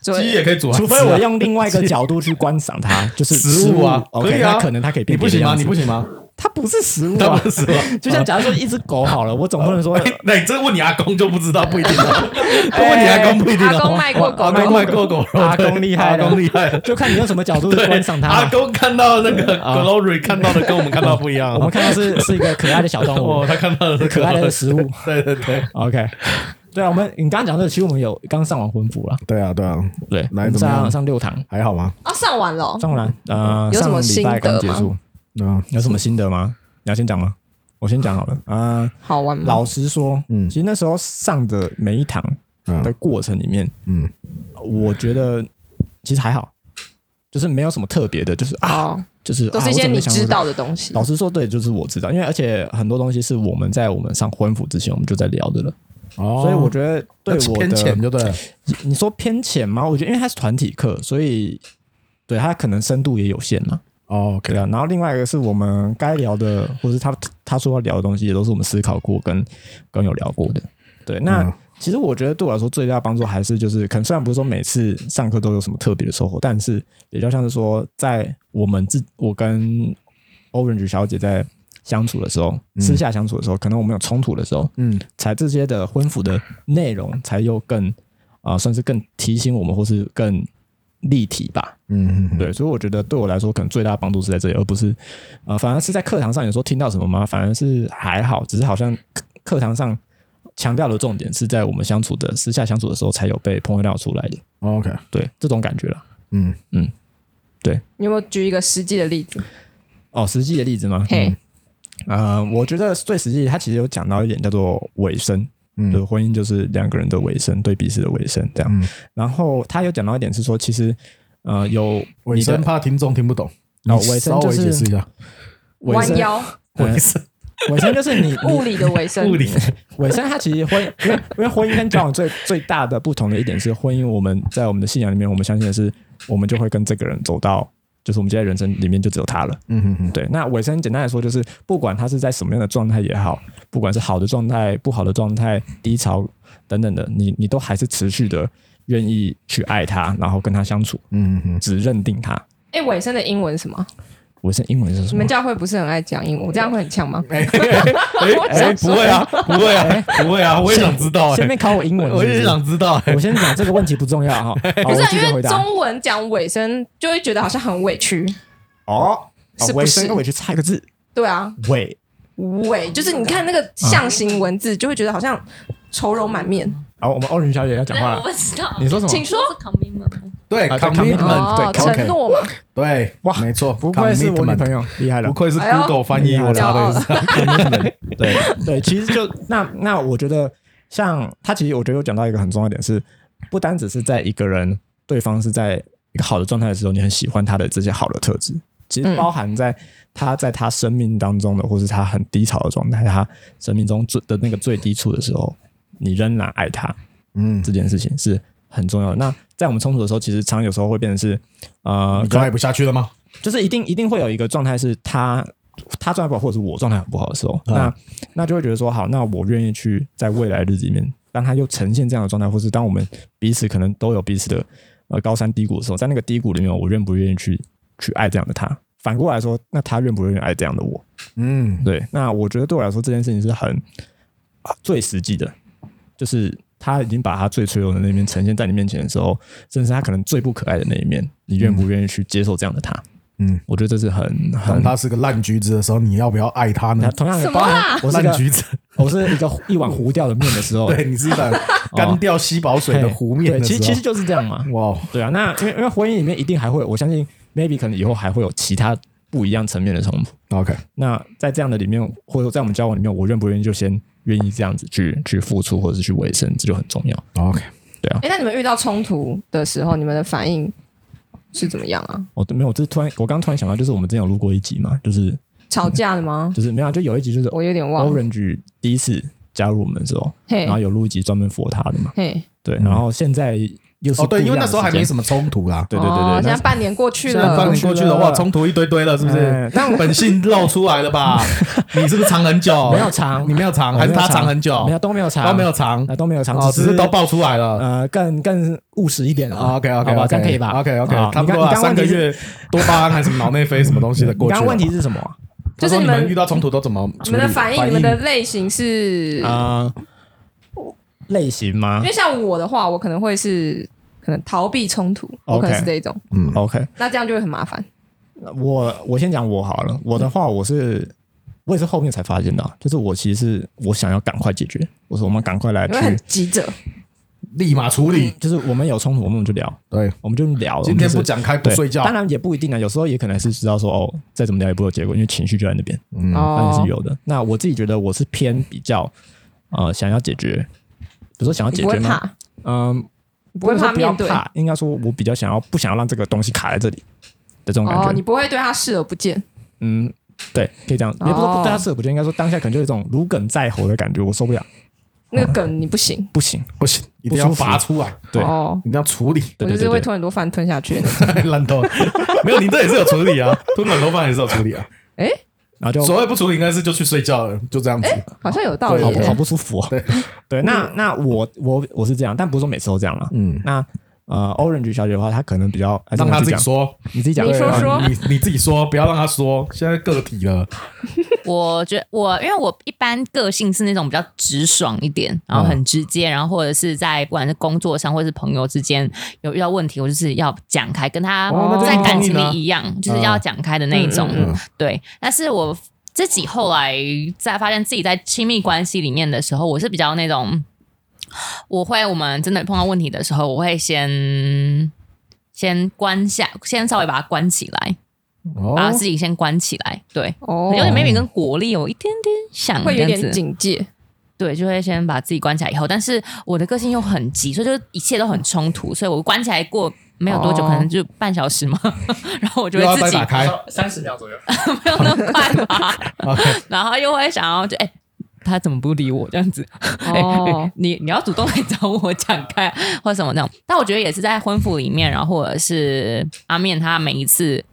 [SPEAKER 4] 鸡也可以煮来吃啊，
[SPEAKER 1] 除非我用另外一个角度去观赏 它，就是
[SPEAKER 4] 食物啊，可
[SPEAKER 1] OK，
[SPEAKER 4] 以啊，
[SPEAKER 1] 那可能它可以
[SPEAKER 4] 你
[SPEAKER 1] 变
[SPEAKER 4] 不
[SPEAKER 1] 别的
[SPEAKER 4] 行吗？
[SPEAKER 1] 样子
[SPEAKER 4] 你不，行吗？
[SPEAKER 1] 它不是食物
[SPEAKER 4] 它
[SPEAKER 1] 啊
[SPEAKER 4] 不，是吗？
[SPEAKER 1] 就像假如说一只狗好了，我总不能说
[SPEAKER 4] 哎那你这问你阿公就不知道，不一定 哦。 问你阿公不一定哦。
[SPEAKER 2] 阿公卖过狗
[SPEAKER 4] 阿公
[SPEAKER 2] 肉
[SPEAKER 4] 卖过狗肉，
[SPEAKER 1] 哎阿公厉害
[SPEAKER 4] 对
[SPEAKER 1] 了
[SPEAKER 4] 阿公厉害了。
[SPEAKER 1] 就看你用什么角度去
[SPEAKER 4] 对
[SPEAKER 1] 观赏，它
[SPEAKER 4] 阿
[SPEAKER 1] 嘛。
[SPEAKER 4] 公看到那个 Glory 看到的跟我们看到不一样
[SPEAKER 1] 我们
[SPEAKER 4] 哦。
[SPEAKER 1] 看到是是一个可爱的小动物
[SPEAKER 4] 哦，，他看到的是
[SPEAKER 1] 可爱的
[SPEAKER 4] Glory
[SPEAKER 1] 食物。
[SPEAKER 4] 对对对，
[SPEAKER 1] OK，对啊，我们你刚刚讲这个，其实我们有刚上完婚服了，
[SPEAKER 4] 对啊对啊，
[SPEAKER 1] 对，
[SPEAKER 4] 来
[SPEAKER 1] 我们
[SPEAKER 4] 怎么样
[SPEAKER 1] 上上六堂，
[SPEAKER 4] 还好吗？
[SPEAKER 2] 啊，上完了哦，
[SPEAKER 1] 上完呃，
[SPEAKER 2] 有什么
[SPEAKER 1] 上礼拜
[SPEAKER 2] 心得
[SPEAKER 1] 刚结束，
[SPEAKER 4] 嗯，
[SPEAKER 1] 有什么心得吗？你要先讲吗？我先讲好了啊、呃
[SPEAKER 2] 好玩吗？哦
[SPEAKER 1] 老实说，
[SPEAKER 4] 嗯
[SPEAKER 1] 嗯，其实那时候上的每一堂
[SPEAKER 4] 嗯
[SPEAKER 1] 的过程里面，
[SPEAKER 4] 嗯
[SPEAKER 1] 嗯，我觉得其实还好，就是没有什么特别的，就是啊，
[SPEAKER 2] 哦，
[SPEAKER 1] 就是
[SPEAKER 2] 都是一些你知道。的东西
[SPEAKER 1] 啊我怎么没想过这个老实说，对，就是我知道，因为而且很多东西是我们在我们上婚服之前我们就在聊的了，
[SPEAKER 4] 所
[SPEAKER 1] 所以我觉得对我的
[SPEAKER 4] 哦偏浅就对了。
[SPEAKER 1] 你你说偏浅吗？我觉得因为它是团体课，所以对它可能深度也有限嘛。
[SPEAKER 4] 哦，OK
[SPEAKER 1] 对啊，然后另外一个是我们该聊的，或是他他说要聊的东西，也都是我们思考过跟跟有聊过的。对，那、
[SPEAKER 4] 嗯
[SPEAKER 1] 其实我觉得对我来说最大的帮助还是就是，可能虽然不是说每次上课都有什么特别的收获，但是比较像是说，在我们自我跟 Orange 小姐在相处的时候，私下相处的时候，可能我们有冲突的时候，
[SPEAKER 4] 嗯，
[SPEAKER 1] 才这些的婚服的内容才又更啊、算是更提醒我们，或是更立体吧。
[SPEAKER 4] 嗯嗯，
[SPEAKER 1] 对，所以我觉得对我来说，可能最大的帮助是在这里，而不是呃，反而是在课堂上有时候听到什么吗？反而是还好，只是好像课课堂上强调的重点是在我们相处的私下相处的时候才有被碰到出来的，
[SPEAKER 4] ，OK，
[SPEAKER 1] 对这种感觉了。
[SPEAKER 4] 嗯，
[SPEAKER 2] 你有没有举一个实际的例子？
[SPEAKER 1] 哦，实际的例子吗？嗯
[SPEAKER 2] 嘿，
[SPEAKER 1] 呃，我觉得最实际，它其实有讲到一点叫做尾声，
[SPEAKER 4] 嗯
[SPEAKER 1] 就是婚姻就是两个人的尾声，对彼此的尾声这样。
[SPEAKER 4] 嗯
[SPEAKER 1] 然后他有讲到一点是说，其实呃有
[SPEAKER 4] 尾
[SPEAKER 1] 你的
[SPEAKER 4] 声怕听众听不懂，
[SPEAKER 1] 哦
[SPEAKER 4] 你
[SPEAKER 1] 尾声
[SPEAKER 4] 稍
[SPEAKER 1] 就
[SPEAKER 4] 微解
[SPEAKER 1] 是
[SPEAKER 4] 释一下，
[SPEAKER 1] 尾
[SPEAKER 2] 弯
[SPEAKER 1] 声，
[SPEAKER 2] 腰，
[SPEAKER 1] 尾
[SPEAKER 4] 声，
[SPEAKER 1] 尾声就是 你你
[SPEAKER 2] 物理的尾声，
[SPEAKER 4] 物理，
[SPEAKER 1] 尾声，它其实婚，因为因为婚姻跟交往最最大的不同的一点是，婚姻我们在我们的信仰里面，我们相信的是，我们就会跟这个人走到，就是我们现在人生里面就只有他了。
[SPEAKER 4] 嗯嗯嗯，
[SPEAKER 1] 对，那尾声简单来说就是，不管他是在什么样的状态也好，不管是好的状态、不好的状态、低潮等等的，你你都还是持续的愿意去爱他，然后跟他相处，
[SPEAKER 4] 嗯嗯嗯，
[SPEAKER 1] 只认定他。
[SPEAKER 2] 哎，尾声的英文是什么？
[SPEAKER 1] 尾声英文是什
[SPEAKER 2] 你
[SPEAKER 1] 么
[SPEAKER 2] 们？教会不是很爱讲英文，我这样会很呛吗？
[SPEAKER 4] 哎哎，不会啊，不会啊，不会啊，我也想知道，
[SPEAKER 1] 先
[SPEAKER 4] 哎，
[SPEAKER 1] 面考我英文是不
[SPEAKER 4] 我
[SPEAKER 1] 是，
[SPEAKER 4] 也想知道，哎
[SPEAKER 1] 我先讲这个问题不重要哈，好，
[SPEAKER 2] 不
[SPEAKER 1] 我
[SPEAKER 2] 是，啊
[SPEAKER 1] 继
[SPEAKER 2] 因
[SPEAKER 1] 续
[SPEAKER 2] 为
[SPEAKER 1] 回答。
[SPEAKER 2] 中文讲尾声就会觉得好像很委屈。
[SPEAKER 1] 哦，啊
[SPEAKER 2] 是不
[SPEAKER 1] 尾声
[SPEAKER 2] 是
[SPEAKER 1] 跟尾去差一个字，
[SPEAKER 2] 对啊，
[SPEAKER 1] 尾
[SPEAKER 2] 委就是你看那个象
[SPEAKER 1] 嗯
[SPEAKER 2] 形文字，就会觉得好像愁容满面。
[SPEAKER 1] 好，我们欧仁小姐要讲话
[SPEAKER 3] 我
[SPEAKER 1] 了，
[SPEAKER 3] 不知道，
[SPEAKER 1] 你说什么？
[SPEAKER 2] 请说
[SPEAKER 3] 是 commitment 吗
[SPEAKER 4] 对
[SPEAKER 1] 啊对
[SPEAKER 4] ，commitment，
[SPEAKER 2] 哦，
[SPEAKER 4] 对
[SPEAKER 2] 承
[SPEAKER 4] ，OK，
[SPEAKER 2] 诺嘛，
[SPEAKER 4] 对，
[SPEAKER 1] 哇
[SPEAKER 4] 没错，
[SPEAKER 1] 不愧是我女
[SPEAKER 4] commitment
[SPEAKER 1] 朋友，厉害了
[SPEAKER 4] 不。愧是
[SPEAKER 2] 哎呦
[SPEAKER 4] Google 翻译，我
[SPEAKER 1] 厉
[SPEAKER 2] 骄
[SPEAKER 4] 查
[SPEAKER 2] 傲
[SPEAKER 4] 的
[SPEAKER 2] 了
[SPEAKER 4] 是。
[SPEAKER 1] 对 对，其实就那那我觉得，像他其实我觉得有讲到一个很重要的点是，不单只是在一个人对方是在一个好的状态的时候，你很喜欢他的这些好的特质，其实
[SPEAKER 2] 嗯
[SPEAKER 1] 包含在他在他生命当中的，或是他很低潮的状态，他生命中最的那个最低处的时候，你仍然爱他，
[SPEAKER 4] 嗯，
[SPEAKER 1] 这件事情是很重要的。那在我们冲突的时候，其实常常有时候会变成是，呃
[SPEAKER 4] 你，拽不下去了吗？
[SPEAKER 1] 就是一定一定会有一个状态是他他状态不好，或者是我状态很不好的时候，
[SPEAKER 4] 嗯
[SPEAKER 1] 那那就会觉得说，好，那我愿意去在未来的日子里面，当他又呈现这样的状态，或是当我们彼此可能都有彼此的呃高山低谷的时候，在那个低谷里面，我愿不愿意去去爱这样的他？反过来说，那他愿不愿意爱这样的我？
[SPEAKER 4] 嗯，
[SPEAKER 1] 对，那我觉得对我来说这件事情是很、啊最实际的，就是他已经把他最脆弱的那一面呈现在你面前的时候，甚至他可能最不可爱的那一面，你愿不愿意去接受这样的他？
[SPEAKER 4] 嗯，
[SPEAKER 1] 我觉得这是很
[SPEAKER 4] 当
[SPEAKER 1] 很。
[SPEAKER 4] 他是个烂橘子的时候，你要不要爱他呢
[SPEAKER 1] 那？同样的，
[SPEAKER 2] 什么
[SPEAKER 1] 包
[SPEAKER 2] 啦
[SPEAKER 1] 含我是一
[SPEAKER 4] 烂橘
[SPEAKER 1] 个，
[SPEAKER 4] 子，
[SPEAKER 1] 我是一个一碗糊掉的面的时候，
[SPEAKER 4] 对你是一碗干掉吸饱水的
[SPEAKER 1] 嘿
[SPEAKER 4] 湖面
[SPEAKER 1] 对
[SPEAKER 4] 的时
[SPEAKER 1] 其
[SPEAKER 4] 候。
[SPEAKER 1] 实其实就是这样嘛。
[SPEAKER 4] 哇，哦
[SPEAKER 1] 对啊，那因为因为婚姻里面一定还会，我相信 maybe 可能以后还会有其他不一样层面的冲突。
[SPEAKER 4] OK，
[SPEAKER 1] 那在这样的里面，或者说在我们交往里面，我愿不愿意就先愿意这样子去去付出，或者是去维生，这就很重要。
[SPEAKER 4] OK，
[SPEAKER 2] 哎，那你们遇到冲突的时候，你们的反应是怎么样啊？
[SPEAKER 1] 我、哦没有，我这突然我刚突然想到，就是我们之前有录过一集嘛，就是
[SPEAKER 2] 吵架的吗？
[SPEAKER 1] 就是没有啊，就有一集就是
[SPEAKER 2] 我有点忘了。
[SPEAKER 1] Orange 第一次加入我们的时候，
[SPEAKER 2] 嘿
[SPEAKER 1] 然后有录一集专门佛他的嘛，
[SPEAKER 2] 嘿，
[SPEAKER 1] 对，然后现在又是
[SPEAKER 4] 嗯哦对，因为那时候还没
[SPEAKER 1] 么，
[SPEAKER 4] 什么冲突啦。
[SPEAKER 1] 对对对对
[SPEAKER 2] 哦，
[SPEAKER 1] 那
[SPEAKER 2] 现在半年过去
[SPEAKER 4] 现在半
[SPEAKER 2] 了，
[SPEAKER 4] 年过去了，哇，冲突一堆堆了，是不是
[SPEAKER 1] 哎？
[SPEAKER 4] 但本性露出来了 吧？你是不是藏很久？
[SPEAKER 1] 没有藏
[SPEAKER 4] 你没有藏，
[SPEAKER 1] 我
[SPEAKER 4] 还是
[SPEAKER 1] 没有
[SPEAKER 4] 他
[SPEAKER 1] 藏
[SPEAKER 4] 藏很久？哦
[SPEAKER 1] 没有都没有藏，
[SPEAKER 4] 都没有藏
[SPEAKER 1] 啊，都没有藏，
[SPEAKER 4] 哦，只是都啊爆出来了。
[SPEAKER 1] 呃更更务实一点了
[SPEAKER 4] 啊 OK
[SPEAKER 1] 好
[SPEAKER 4] OK，
[SPEAKER 1] 吧这样可以吧
[SPEAKER 4] OK OK，
[SPEAKER 1] 啊
[SPEAKER 4] 差
[SPEAKER 1] 你
[SPEAKER 4] 不
[SPEAKER 1] 刚
[SPEAKER 4] 多
[SPEAKER 1] 你
[SPEAKER 4] 啊，
[SPEAKER 1] 刚
[SPEAKER 4] 三
[SPEAKER 1] 问
[SPEAKER 4] 个
[SPEAKER 1] 题是
[SPEAKER 4] 月多巴胺还是脑内啡什么东西的
[SPEAKER 1] 你
[SPEAKER 4] 过去
[SPEAKER 1] 刚
[SPEAKER 4] 了。
[SPEAKER 1] 刚问题是什么啊？
[SPEAKER 2] 就
[SPEAKER 4] 他
[SPEAKER 2] 是
[SPEAKER 4] 说
[SPEAKER 2] 你
[SPEAKER 4] 你
[SPEAKER 2] 们
[SPEAKER 4] 们遇到冲突都怎么
[SPEAKER 2] 你
[SPEAKER 4] 处理？
[SPEAKER 2] 们的反应，
[SPEAKER 4] 应，
[SPEAKER 2] 你们的类型是，
[SPEAKER 1] 啊类型吗
[SPEAKER 2] 因为像我的话，我可能会是可能逃避冲突，我可能
[SPEAKER 1] OK
[SPEAKER 2] 是这一种，
[SPEAKER 4] 嗯
[SPEAKER 1] ？OK，
[SPEAKER 2] 那这样就会很麻烦。
[SPEAKER 1] 我我先讲我好了，我的话我是。我也是后面才发现的啊，就是我其实是我想要赶快解决，我说我们赶快来
[SPEAKER 2] 你会很
[SPEAKER 1] 去，
[SPEAKER 2] 急着，
[SPEAKER 4] 立马处
[SPEAKER 2] 嗯
[SPEAKER 4] 理。
[SPEAKER 1] 就是我们有冲突，我们就聊，
[SPEAKER 4] 对，
[SPEAKER 1] 我们就聊，
[SPEAKER 4] 今
[SPEAKER 1] 我们
[SPEAKER 4] 天
[SPEAKER 1] 就是
[SPEAKER 4] 不讲开不
[SPEAKER 1] 对
[SPEAKER 4] 睡觉
[SPEAKER 1] 当。然也不一定啊，有时候也可能是知道说哦，再怎么聊也不会有结果，因为情绪就在那边。
[SPEAKER 4] 嗯
[SPEAKER 1] 当然
[SPEAKER 2] 哦
[SPEAKER 1] 是，有的。那我自己觉得我是偏比较呃想要解决，比如说想要
[SPEAKER 2] 你
[SPEAKER 1] 解
[SPEAKER 2] 不会
[SPEAKER 1] 决吗？
[SPEAKER 2] 怕，
[SPEAKER 1] 嗯，
[SPEAKER 2] 你不会
[SPEAKER 1] 能说
[SPEAKER 2] 怕
[SPEAKER 1] 不要
[SPEAKER 2] 面对。
[SPEAKER 1] 怕，应该说我比较想要不想要让这个东西卡在这里的这种感
[SPEAKER 2] 哦，
[SPEAKER 1] 觉。
[SPEAKER 2] 你不会对他视而不见，
[SPEAKER 1] 嗯，对，可以这样，也不是说不
[SPEAKER 2] 哦
[SPEAKER 1] 对他适合不见，应该说当下可能就有一种如鲠在喉的感觉，我受不了，
[SPEAKER 2] 那个梗你不行。
[SPEAKER 1] 不行。
[SPEAKER 4] 不行，一定要
[SPEAKER 1] 不舒服
[SPEAKER 4] 拔出来，
[SPEAKER 1] 对
[SPEAKER 2] 哦，
[SPEAKER 4] 一定要 处理。
[SPEAKER 1] 对
[SPEAKER 2] 我就
[SPEAKER 1] 对
[SPEAKER 2] 是
[SPEAKER 1] 对
[SPEAKER 2] 会
[SPEAKER 1] 对，
[SPEAKER 2] 吞很多饭吞下去的那种。
[SPEAKER 4] 烂透了，没有，你这也是有处理啊，吞软头发也是有处理啊。
[SPEAKER 2] 诶
[SPEAKER 1] 然后就
[SPEAKER 4] 所谓不处理，应该是就去睡觉了，就这样子。
[SPEAKER 2] 好像有道理
[SPEAKER 1] 好
[SPEAKER 4] 对
[SPEAKER 1] 好
[SPEAKER 2] 耶。
[SPEAKER 1] 不舒服、哦。 对那那我我我是这样，但不是说每次都这样了。
[SPEAKER 4] 嗯，
[SPEAKER 1] 那呃，Orange 小姐的话，她可能比较还是
[SPEAKER 4] 让
[SPEAKER 1] 你
[SPEAKER 4] 他自己
[SPEAKER 1] 讲，
[SPEAKER 4] 说，啊
[SPEAKER 1] 你自己讲，
[SPEAKER 2] 你说
[SPEAKER 1] 对
[SPEAKER 2] 说
[SPEAKER 4] 你你自己说，不要让他说。现在个体了，
[SPEAKER 3] 我觉得我因为我一般个性是那种比较直爽一点，然后很直接，然后或者是在不管是工作上或者是朋友之间有遇到问题，我就是要讲开，跟他
[SPEAKER 4] 哦那这
[SPEAKER 3] 在
[SPEAKER 4] 样
[SPEAKER 3] 感
[SPEAKER 4] 同意
[SPEAKER 3] 情
[SPEAKER 4] 呢
[SPEAKER 3] 里一样，就是要讲开的那一种。
[SPEAKER 4] 嗯嗯嗯
[SPEAKER 3] 对，但是我自己后来在发现自己在亲密关系里面的时候，我是比较那种，我会我们真的碰到问题的时候，我会先。先关下，先稍微把它关起来，
[SPEAKER 4] 哦
[SPEAKER 2] 啊
[SPEAKER 3] 把自己先关起来。对，
[SPEAKER 2] 哦
[SPEAKER 3] 可能有点 maybe 跟国力有一点点
[SPEAKER 1] 嗯
[SPEAKER 3] 像，
[SPEAKER 2] 会有点
[SPEAKER 3] 紧，
[SPEAKER 2] 警戒，
[SPEAKER 3] 对，就会先把自己关起来。以后，但是我的个性又很急，所以就是一切都很冲突，所以我关起来过没有多久，
[SPEAKER 2] 哦
[SPEAKER 3] 可能就半小时嘛， 然后我就
[SPEAKER 4] 又要
[SPEAKER 3] 会
[SPEAKER 4] 再
[SPEAKER 3] 自己
[SPEAKER 4] 打开。
[SPEAKER 1] 三十秒左右。
[SPEAKER 3] 没有 那么快吧，
[SPEAKER 4] OK
[SPEAKER 3] 然后又会想要就哎。他怎么不理我这样子？ 哎
[SPEAKER 2] 哦
[SPEAKER 3] 你你要主动来找我讲开或什么那种。但我觉得也是在婚服里面，然后或者是阿面他每一次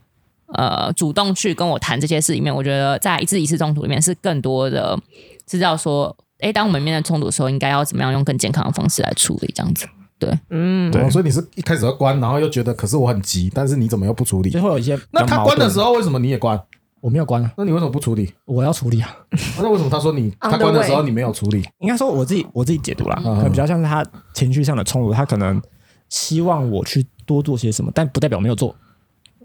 [SPEAKER 3] 呃主动去跟我谈这些事里面，我觉得在一次一次冲突里面是更多的知道说，哎，当我们面对冲突的时候，应该要怎么样用更健康的方式来处理这样子。对，
[SPEAKER 2] 嗯，
[SPEAKER 1] 对
[SPEAKER 4] 哦所以你是一开始要关，然后又觉得可是我很急，但是你怎么又不处理
[SPEAKER 1] 就？会有一些
[SPEAKER 4] 那他关的时
[SPEAKER 1] 候，
[SPEAKER 4] 候为什么你也关？
[SPEAKER 1] 我没有关啊，
[SPEAKER 4] 那你为什么不处理？
[SPEAKER 1] 我要处理啊。
[SPEAKER 4] 哦那为什么他说你
[SPEAKER 2] On the
[SPEAKER 4] 他关的时候
[SPEAKER 2] way
[SPEAKER 4] 你没有处理？
[SPEAKER 1] 应该说我自己我自己解读啦，
[SPEAKER 4] 嗯
[SPEAKER 1] 可能比较像是他情绪上的冲突，他可能希望我去多做些什么，但不代表没有做。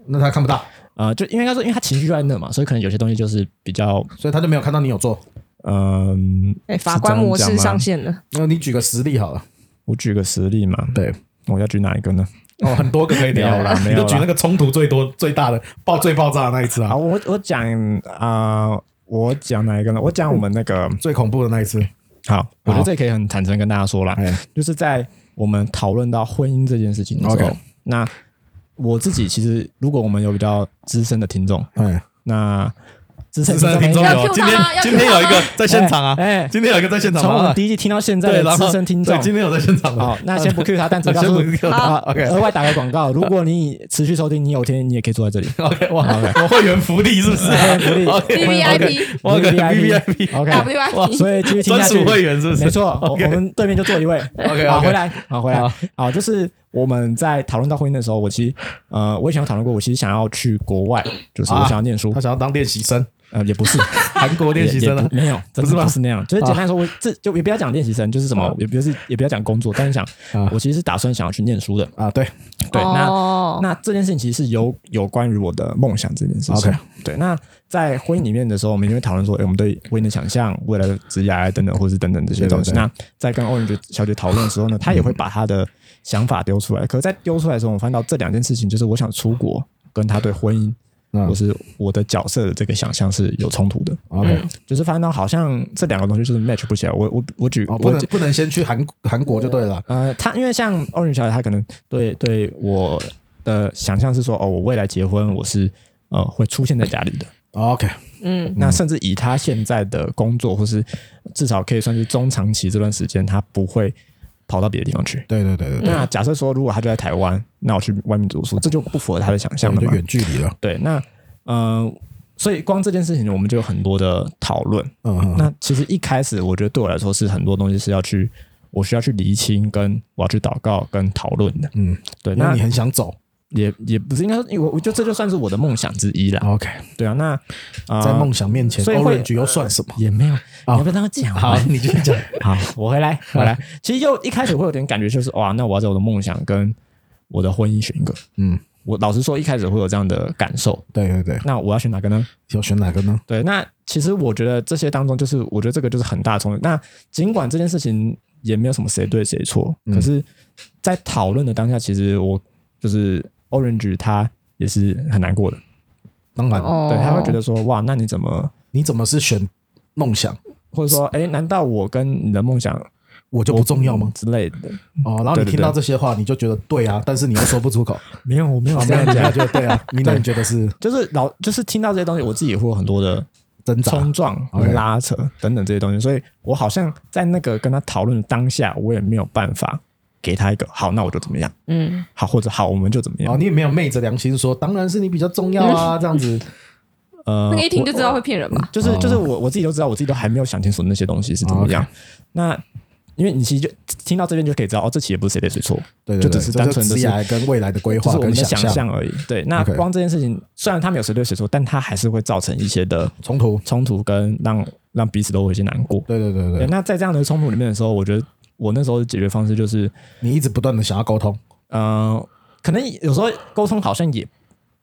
[SPEAKER 4] 那他看不到，
[SPEAKER 1] 呃，就因为应该说，因为他情绪就在那嘛，所以可能有些东西就是比较，
[SPEAKER 4] 所以他就没有看到你有做。
[SPEAKER 1] 嗯、
[SPEAKER 2] 哎，法官模式上
[SPEAKER 1] 线。
[SPEAKER 2] 线 了，
[SPEAKER 4] 那你举个实例好了。
[SPEAKER 1] 我举个实例嘛，
[SPEAKER 4] 对，
[SPEAKER 1] 我要举哪一个呢？
[SPEAKER 4] 哦，很多个可以聊
[SPEAKER 1] 没有啦没
[SPEAKER 4] 你
[SPEAKER 1] 有啦
[SPEAKER 4] 就举那个冲突最多、最大的爆、最爆炸的那一次啊
[SPEAKER 1] 好，，我我讲啊、呃我讲哪一个呢？我讲我们那个
[SPEAKER 4] 最恐怖的那一次。
[SPEAKER 1] 好，我觉得这也可以很坦诚跟大家说啦，
[SPEAKER 4] 哎，
[SPEAKER 1] 就是在我们讨论到婚姻这件事情的时候
[SPEAKER 4] OK
[SPEAKER 1] 那我自己其实如果我们有比较资深的听众，
[SPEAKER 4] 哎，
[SPEAKER 1] 那资深哎
[SPEAKER 4] 资深的听众
[SPEAKER 2] 要
[SPEAKER 4] 有，
[SPEAKER 2] Q
[SPEAKER 4] 今
[SPEAKER 2] 他
[SPEAKER 4] 天
[SPEAKER 2] 吗要 Q
[SPEAKER 4] 今天有一个在现场啊，
[SPEAKER 1] 哎，哎
[SPEAKER 4] 今天有一个在现场
[SPEAKER 1] 从我
[SPEAKER 4] 啊
[SPEAKER 1] 们，第一季听到现在
[SPEAKER 4] 对，
[SPEAKER 1] 的
[SPEAKER 4] 然后
[SPEAKER 1] 资深听众
[SPEAKER 4] 对，今天有在现场
[SPEAKER 1] 好
[SPEAKER 4] 啊。，
[SPEAKER 1] 那先不 cue 他，但只告
[SPEAKER 4] 先
[SPEAKER 1] 诉
[SPEAKER 4] 不 cue 他
[SPEAKER 1] 啊
[SPEAKER 4] OK
[SPEAKER 1] 额外打个广告，如果你持续收听，你有天你也可以坐在这里。
[SPEAKER 4] OK，哇，我会员福利是不是？
[SPEAKER 1] 福利
[SPEAKER 4] OK，
[SPEAKER 2] VVIP
[SPEAKER 4] 我有个
[SPEAKER 1] VVIP
[SPEAKER 4] VVIP。
[SPEAKER 1] OK，
[SPEAKER 4] 哇
[SPEAKER 2] WIP
[SPEAKER 1] 所以继续听下去
[SPEAKER 4] 专属会员是不是
[SPEAKER 1] 没错，我
[SPEAKER 4] OK
[SPEAKER 1] 我们对面就坐一位。
[SPEAKER 4] OK，
[SPEAKER 1] 好，
[SPEAKER 4] OK
[SPEAKER 1] 回来，好回来
[SPEAKER 4] 好，
[SPEAKER 1] 好，就是我们在讨论到婚姻的时候，我其实呃，我以前有讨论过，我其实想要去国外，就是我
[SPEAKER 4] 啊
[SPEAKER 1] 想要念书
[SPEAKER 4] 他，想要当练习生，
[SPEAKER 1] 呃，也不是，
[SPEAKER 4] 韩国练习
[SPEAKER 1] 也
[SPEAKER 4] 生
[SPEAKER 1] 也
[SPEAKER 4] 啊
[SPEAKER 1] 不。没有，真
[SPEAKER 4] 不是
[SPEAKER 1] 的
[SPEAKER 4] 吗
[SPEAKER 1] 不是那样。就是简单说，我这就也不要讲练习生，就是什么
[SPEAKER 4] 啊，
[SPEAKER 1] 也不是也不要讲工作，但是想
[SPEAKER 4] 啊
[SPEAKER 1] 我其实是打算想要去念书的。
[SPEAKER 4] 啊，对，
[SPEAKER 1] 对，那
[SPEAKER 2] 哦
[SPEAKER 1] 那这件事情其实是有有关于我的梦想这件事情。
[SPEAKER 4] OK
[SPEAKER 1] 对，那在婚姻里面的时候，我们就会讨论说，哎、我们对婚姻的想象、未来的职业啊等等，或是等等这些东西。
[SPEAKER 4] 对对对
[SPEAKER 1] 那在跟 Orange 小姐讨论的时 候呢，她也会把她的想法丢出来。可是在丢出来的时候，我发现到这两件事情，就是我想出国，跟她对婚姻。
[SPEAKER 4] 嗯
[SPEAKER 1] 或是我的角色的这个想象是有冲突的，
[SPEAKER 4] OK，
[SPEAKER 1] 就是发现到好像这两个东西就是 match 不起来。我我我举、
[SPEAKER 4] 哦，
[SPEAKER 1] 我
[SPEAKER 4] 不能不能先去韩韩国就对了，
[SPEAKER 1] 呃，他因为像 Orange 小姐，她可能对对我的想象是说，哦，我未来结婚，我是呃会出现在家里的。
[SPEAKER 4] 啊 OK，
[SPEAKER 2] 嗯，
[SPEAKER 1] 那甚至以她现在的工作，或是至少可以算是中长期这段时间，她不会跑到别的地方去。
[SPEAKER 4] 对对对对对，
[SPEAKER 1] 那假设说，如果她就在台湾，那我去外面读书，这就不符合她的想
[SPEAKER 4] 这
[SPEAKER 1] 象
[SPEAKER 4] 样
[SPEAKER 1] 了
[SPEAKER 4] 就
[SPEAKER 1] 嘛？
[SPEAKER 4] 远距离了。
[SPEAKER 1] 对，那呃，所以光这件事情，我们就有很多的讨论。
[SPEAKER 4] 嗯嗯，
[SPEAKER 1] 那其实一开始，我觉得对我来说是很多东西是要去，我需要去厘清，跟我要去祷告跟讨论的。
[SPEAKER 4] 嗯，
[SPEAKER 1] 对，
[SPEAKER 4] 那
[SPEAKER 1] 那
[SPEAKER 4] 你很想走
[SPEAKER 1] 也也不是应该说，因为我我觉得这就算是我的梦想之一啦。
[SPEAKER 4] ？OK，
[SPEAKER 1] 对啊，那啊、呃
[SPEAKER 4] 在梦想面前
[SPEAKER 1] 所以会
[SPEAKER 4] ，Orange 又算什么？
[SPEAKER 1] 也没有，你要不要这样讲？
[SPEAKER 4] 哦好，你继续讲。
[SPEAKER 1] 好， 我回来，回来。其实就一开始会有点感觉，就是哇，那我要在我的梦想跟我的婚姻选一个。
[SPEAKER 4] 嗯，
[SPEAKER 1] 我老实说，一开始会有这样的感受。
[SPEAKER 4] 对对对，
[SPEAKER 1] 那我要选哪个呢？
[SPEAKER 4] 要选哪个呢？
[SPEAKER 1] 对，那其实我觉得这些当中，就是我觉得这个就是很大的冲突。那尽管这件事情也没有什么谁对谁错，
[SPEAKER 4] 嗯
[SPEAKER 1] 可是，在讨论的当下，其实我就是 Orange 他也是很难过的。
[SPEAKER 4] 当然，
[SPEAKER 2] 哦
[SPEAKER 1] 对，他会觉得说，哇，那你怎么，
[SPEAKER 4] 你怎么是选梦想？
[SPEAKER 1] 或者说，哎，难道我跟你的梦想
[SPEAKER 4] 我就不重要吗？
[SPEAKER 1] 之类的？
[SPEAKER 4] 哦，然后
[SPEAKER 1] 对
[SPEAKER 4] 你
[SPEAKER 1] 对
[SPEAKER 4] 听到
[SPEAKER 1] 对
[SPEAKER 4] 这些话，你就觉得对啊， 但是你又说不出口。
[SPEAKER 1] 没有，我没有
[SPEAKER 4] 哦，没有，你就觉得对啊，你那你觉得是
[SPEAKER 1] 就是老，就是听到这些东西，我自己会有很多的
[SPEAKER 4] 挣扎？哦
[SPEAKER 1] 冲撞、
[SPEAKER 4] OK
[SPEAKER 1] 拉扯等等这些东西，所以我好像在那个跟他讨论的当下，我也没有办法给他一个好，那我就怎么样，
[SPEAKER 2] 嗯，
[SPEAKER 1] 好或者好，我们就怎么样
[SPEAKER 4] 嗯哦，。你也没有昧着良心说，当然是你比较重要啊，这样子。
[SPEAKER 1] 呃嗯
[SPEAKER 2] 那个一听就知道会骗人吧？
[SPEAKER 1] 就是就是我我自己都知道，我自己都还没有想清楚那些东西是怎么样。那因为你其实就听到这边就可以知道，哦，这其实不是谁对谁错，
[SPEAKER 4] 对
[SPEAKER 1] 就
[SPEAKER 4] 对对，
[SPEAKER 1] 只是单纯
[SPEAKER 4] 这
[SPEAKER 1] 的
[SPEAKER 4] 就是职涯跟未来的规
[SPEAKER 1] 就
[SPEAKER 4] 划
[SPEAKER 1] 是我们的
[SPEAKER 4] 跟
[SPEAKER 1] 想
[SPEAKER 4] 象
[SPEAKER 1] 象而已。对，那
[SPEAKER 4] OK
[SPEAKER 1] 光这件事情，虽然他没有谁对谁错，但他还是会造成一些的
[SPEAKER 4] 冲突。
[SPEAKER 1] 冲突，跟让让彼此都有一些难过。
[SPEAKER 4] 对对对对
[SPEAKER 1] 对，
[SPEAKER 4] 对，
[SPEAKER 1] 那在这样的冲突里面的时候，我觉得我那时候的解决方式就是，
[SPEAKER 4] 你一直不断的想要沟通，
[SPEAKER 1] 呃，可能有时候沟通好像也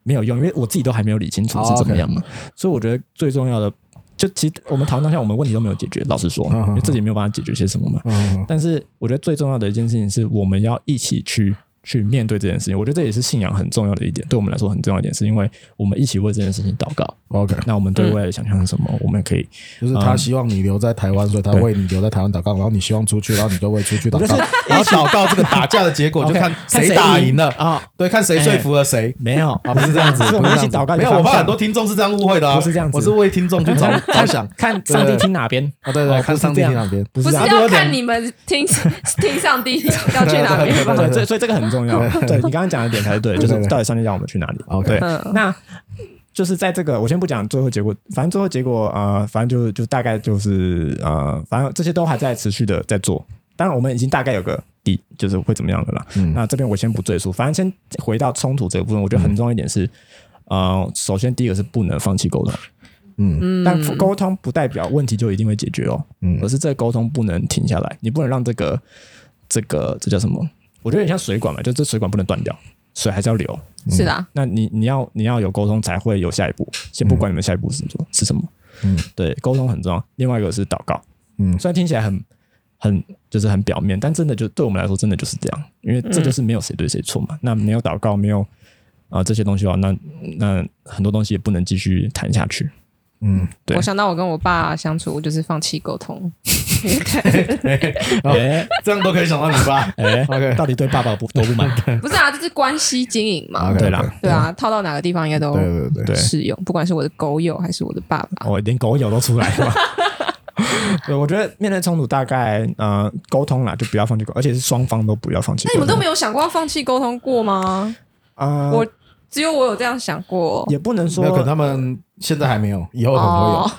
[SPEAKER 1] 没有用，因为我自己都还没有理清楚
[SPEAKER 4] 哦
[SPEAKER 1] 是怎么
[SPEAKER 4] OK
[SPEAKER 1] 样嘛。所以我觉得最重要的，就其实我们讨论当下，我们问题都没有解决，老实说，
[SPEAKER 4] 嗯嗯
[SPEAKER 1] 因为自己没有办法解决些什么嘛。
[SPEAKER 4] 嗯，
[SPEAKER 1] 但是我觉得最重要的一件事情是，我们要一起去去面对这件事情。我觉得这也是信仰很重要的一点，对我们来说很重要的一点，是因为我们一起为这件事情 祷告。
[SPEAKER 4] OK，
[SPEAKER 1] 那我们对未来的想象是什么？我们可以
[SPEAKER 4] 就是他希望你留在台湾，所
[SPEAKER 1] 嗯
[SPEAKER 4] 以他为你留在台湾祷告，然后你希望出去，然后你就为出去祷告，然后祷告这个打架的结果就
[SPEAKER 1] OK，
[SPEAKER 4] 看
[SPEAKER 1] 看
[SPEAKER 4] 谁
[SPEAKER 1] 谁
[SPEAKER 4] 打
[SPEAKER 1] 赢
[SPEAKER 4] 赢了，
[SPEAKER 1] 啊、
[SPEAKER 4] 对，看谁说服了谁。
[SPEAKER 1] 没有
[SPEAKER 4] 啊，不是这样子，
[SPEAKER 1] 是我
[SPEAKER 4] 不
[SPEAKER 1] 们
[SPEAKER 4] 是
[SPEAKER 1] 一
[SPEAKER 4] 这
[SPEAKER 1] 起
[SPEAKER 4] 样子
[SPEAKER 1] 祷告
[SPEAKER 4] 没
[SPEAKER 1] 的
[SPEAKER 4] 有，
[SPEAKER 1] 方向
[SPEAKER 4] 我怕很多听众是这样误会的啊，
[SPEAKER 1] 不是这样子
[SPEAKER 4] 我是为 听众去着着想
[SPEAKER 1] 看上帝听哪边
[SPEAKER 4] 啊，对对，
[SPEAKER 1] 哦不
[SPEAKER 4] 看
[SPEAKER 1] 是
[SPEAKER 4] 上帝
[SPEAKER 1] 这
[SPEAKER 4] 听
[SPEAKER 1] 样
[SPEAKER 4] 哪边，
[SPEAKER 1] 不
[SPEAKER 2] 不
[SPEAKER 1] 是
[SPEAKER 2] 是
[SPEAKER 1] 啊
[SPEAKER 4] 这
[SPEAKER 2] 要
[SPEAKER 4] 有点
[SPEAKER 2] 看你们听 听 上帝要去哪边吧？
[SPEAKER 1] 对，所以所以这个很重要。对你刚刚讲的点才是对，就
[SPEAKER 4] 对对
[SPEAKER 1] 是
[SPEAKER 4] 对
[SPEAKER 1] 到底上帝让我们去哪里
[SPEAKER 4] OK
[SPEAKER 1] 对
[SPEAKER 2] 嗯，
[SPEAKER 1] 那就是在这个，我先不讲最后结果，反正最后结果呃，反正就就大概就是呃，反正这些都还在持续的在做。当然，我们已经大概有个底，就是会怎么样的啦。那这边我先不赘述，反正先回到冲突这个部分，我觉得很重要一点是，呃，首先第一个是不能放弃沟通。
[SPEAKER 4] 嗯
[SPEAKER 1] 但沟通不代表问题就一定会解决哦，
[SPEAKER 4] 嗯
[SPEAKER 1] 而是这个沟通不能停下来，你不能让这个这个这叫什么？我觉得有点像水管嘛，就这水管不能断掉，水还是要流。
[SPEAKER 2] 是的啊，
[SPEAKER 1] 那你你要你要有沟通才会有下一步，先不管你们下一步是做是什么，
[SPEAKER 4] 嗯，
[SPEAKER 1] 对，沟通很重要。另外一个是祷告，
[SPEAKER 4] 嗯
[SPEAKER 1] 虽然听起来很很就是很表面，但真的就对我们来说真的就是这样，因为这就是没有谁对谁错嘛。那没有祷告，没有啊、这些东西的话，那那很多东西也不能继续谈下去。
[SPEAKER 4] 嗯，
[SPEAKER 1] 对
[SPEAKER 2] 我想到我跟我爸相处，我就是放弃沟通，
[SPEAKER 4] 哦
[SPEAKER 1] 哎
[SPEAKER 4] 这样都可以想到你吧
[SPEAKER 1] 哎、
[SPEAKER 4] ？OK，
[SPEAKER 1] 到底对爸爸不多不满？
[SPEAKER 2] 不是啊，这是关系经营嘛
[SPEAKER 1] 嗯
[SPEAKER 4] OK，？
[SPEAKER 1] 对啦，
[SPEAKER 2] 对啊，套到哪个地方应该都
[SPEAKER 4] 对对对对，
[SPEAKER 1] 对，哦
[SPEAKER 2] 适用，不管是我的狗友还是我的爸爸。
[SPEAKER 1] 我连狗友都出来了。 对，我觉得面对冲突，大概呃沟通啦，就不要放弃沟，而且是双方都不要放弃
[SPEAKER 2] 那
[SPEAKER 1] 沟
[SPEAKER 2] 你
[SPEAKER 1] 通。
[SPEAKER 2] 们都没有想过要放弃沟通过吗？
[SPEAKER 1] 啊、
[SPEAKER 2] 我只有我有这样想过。
[SPEAKER 1] 也不能说
[SPEAKER 4] 没有，可能他们现在还没有，以后可能会有。
[SPEAKER 2] 哦，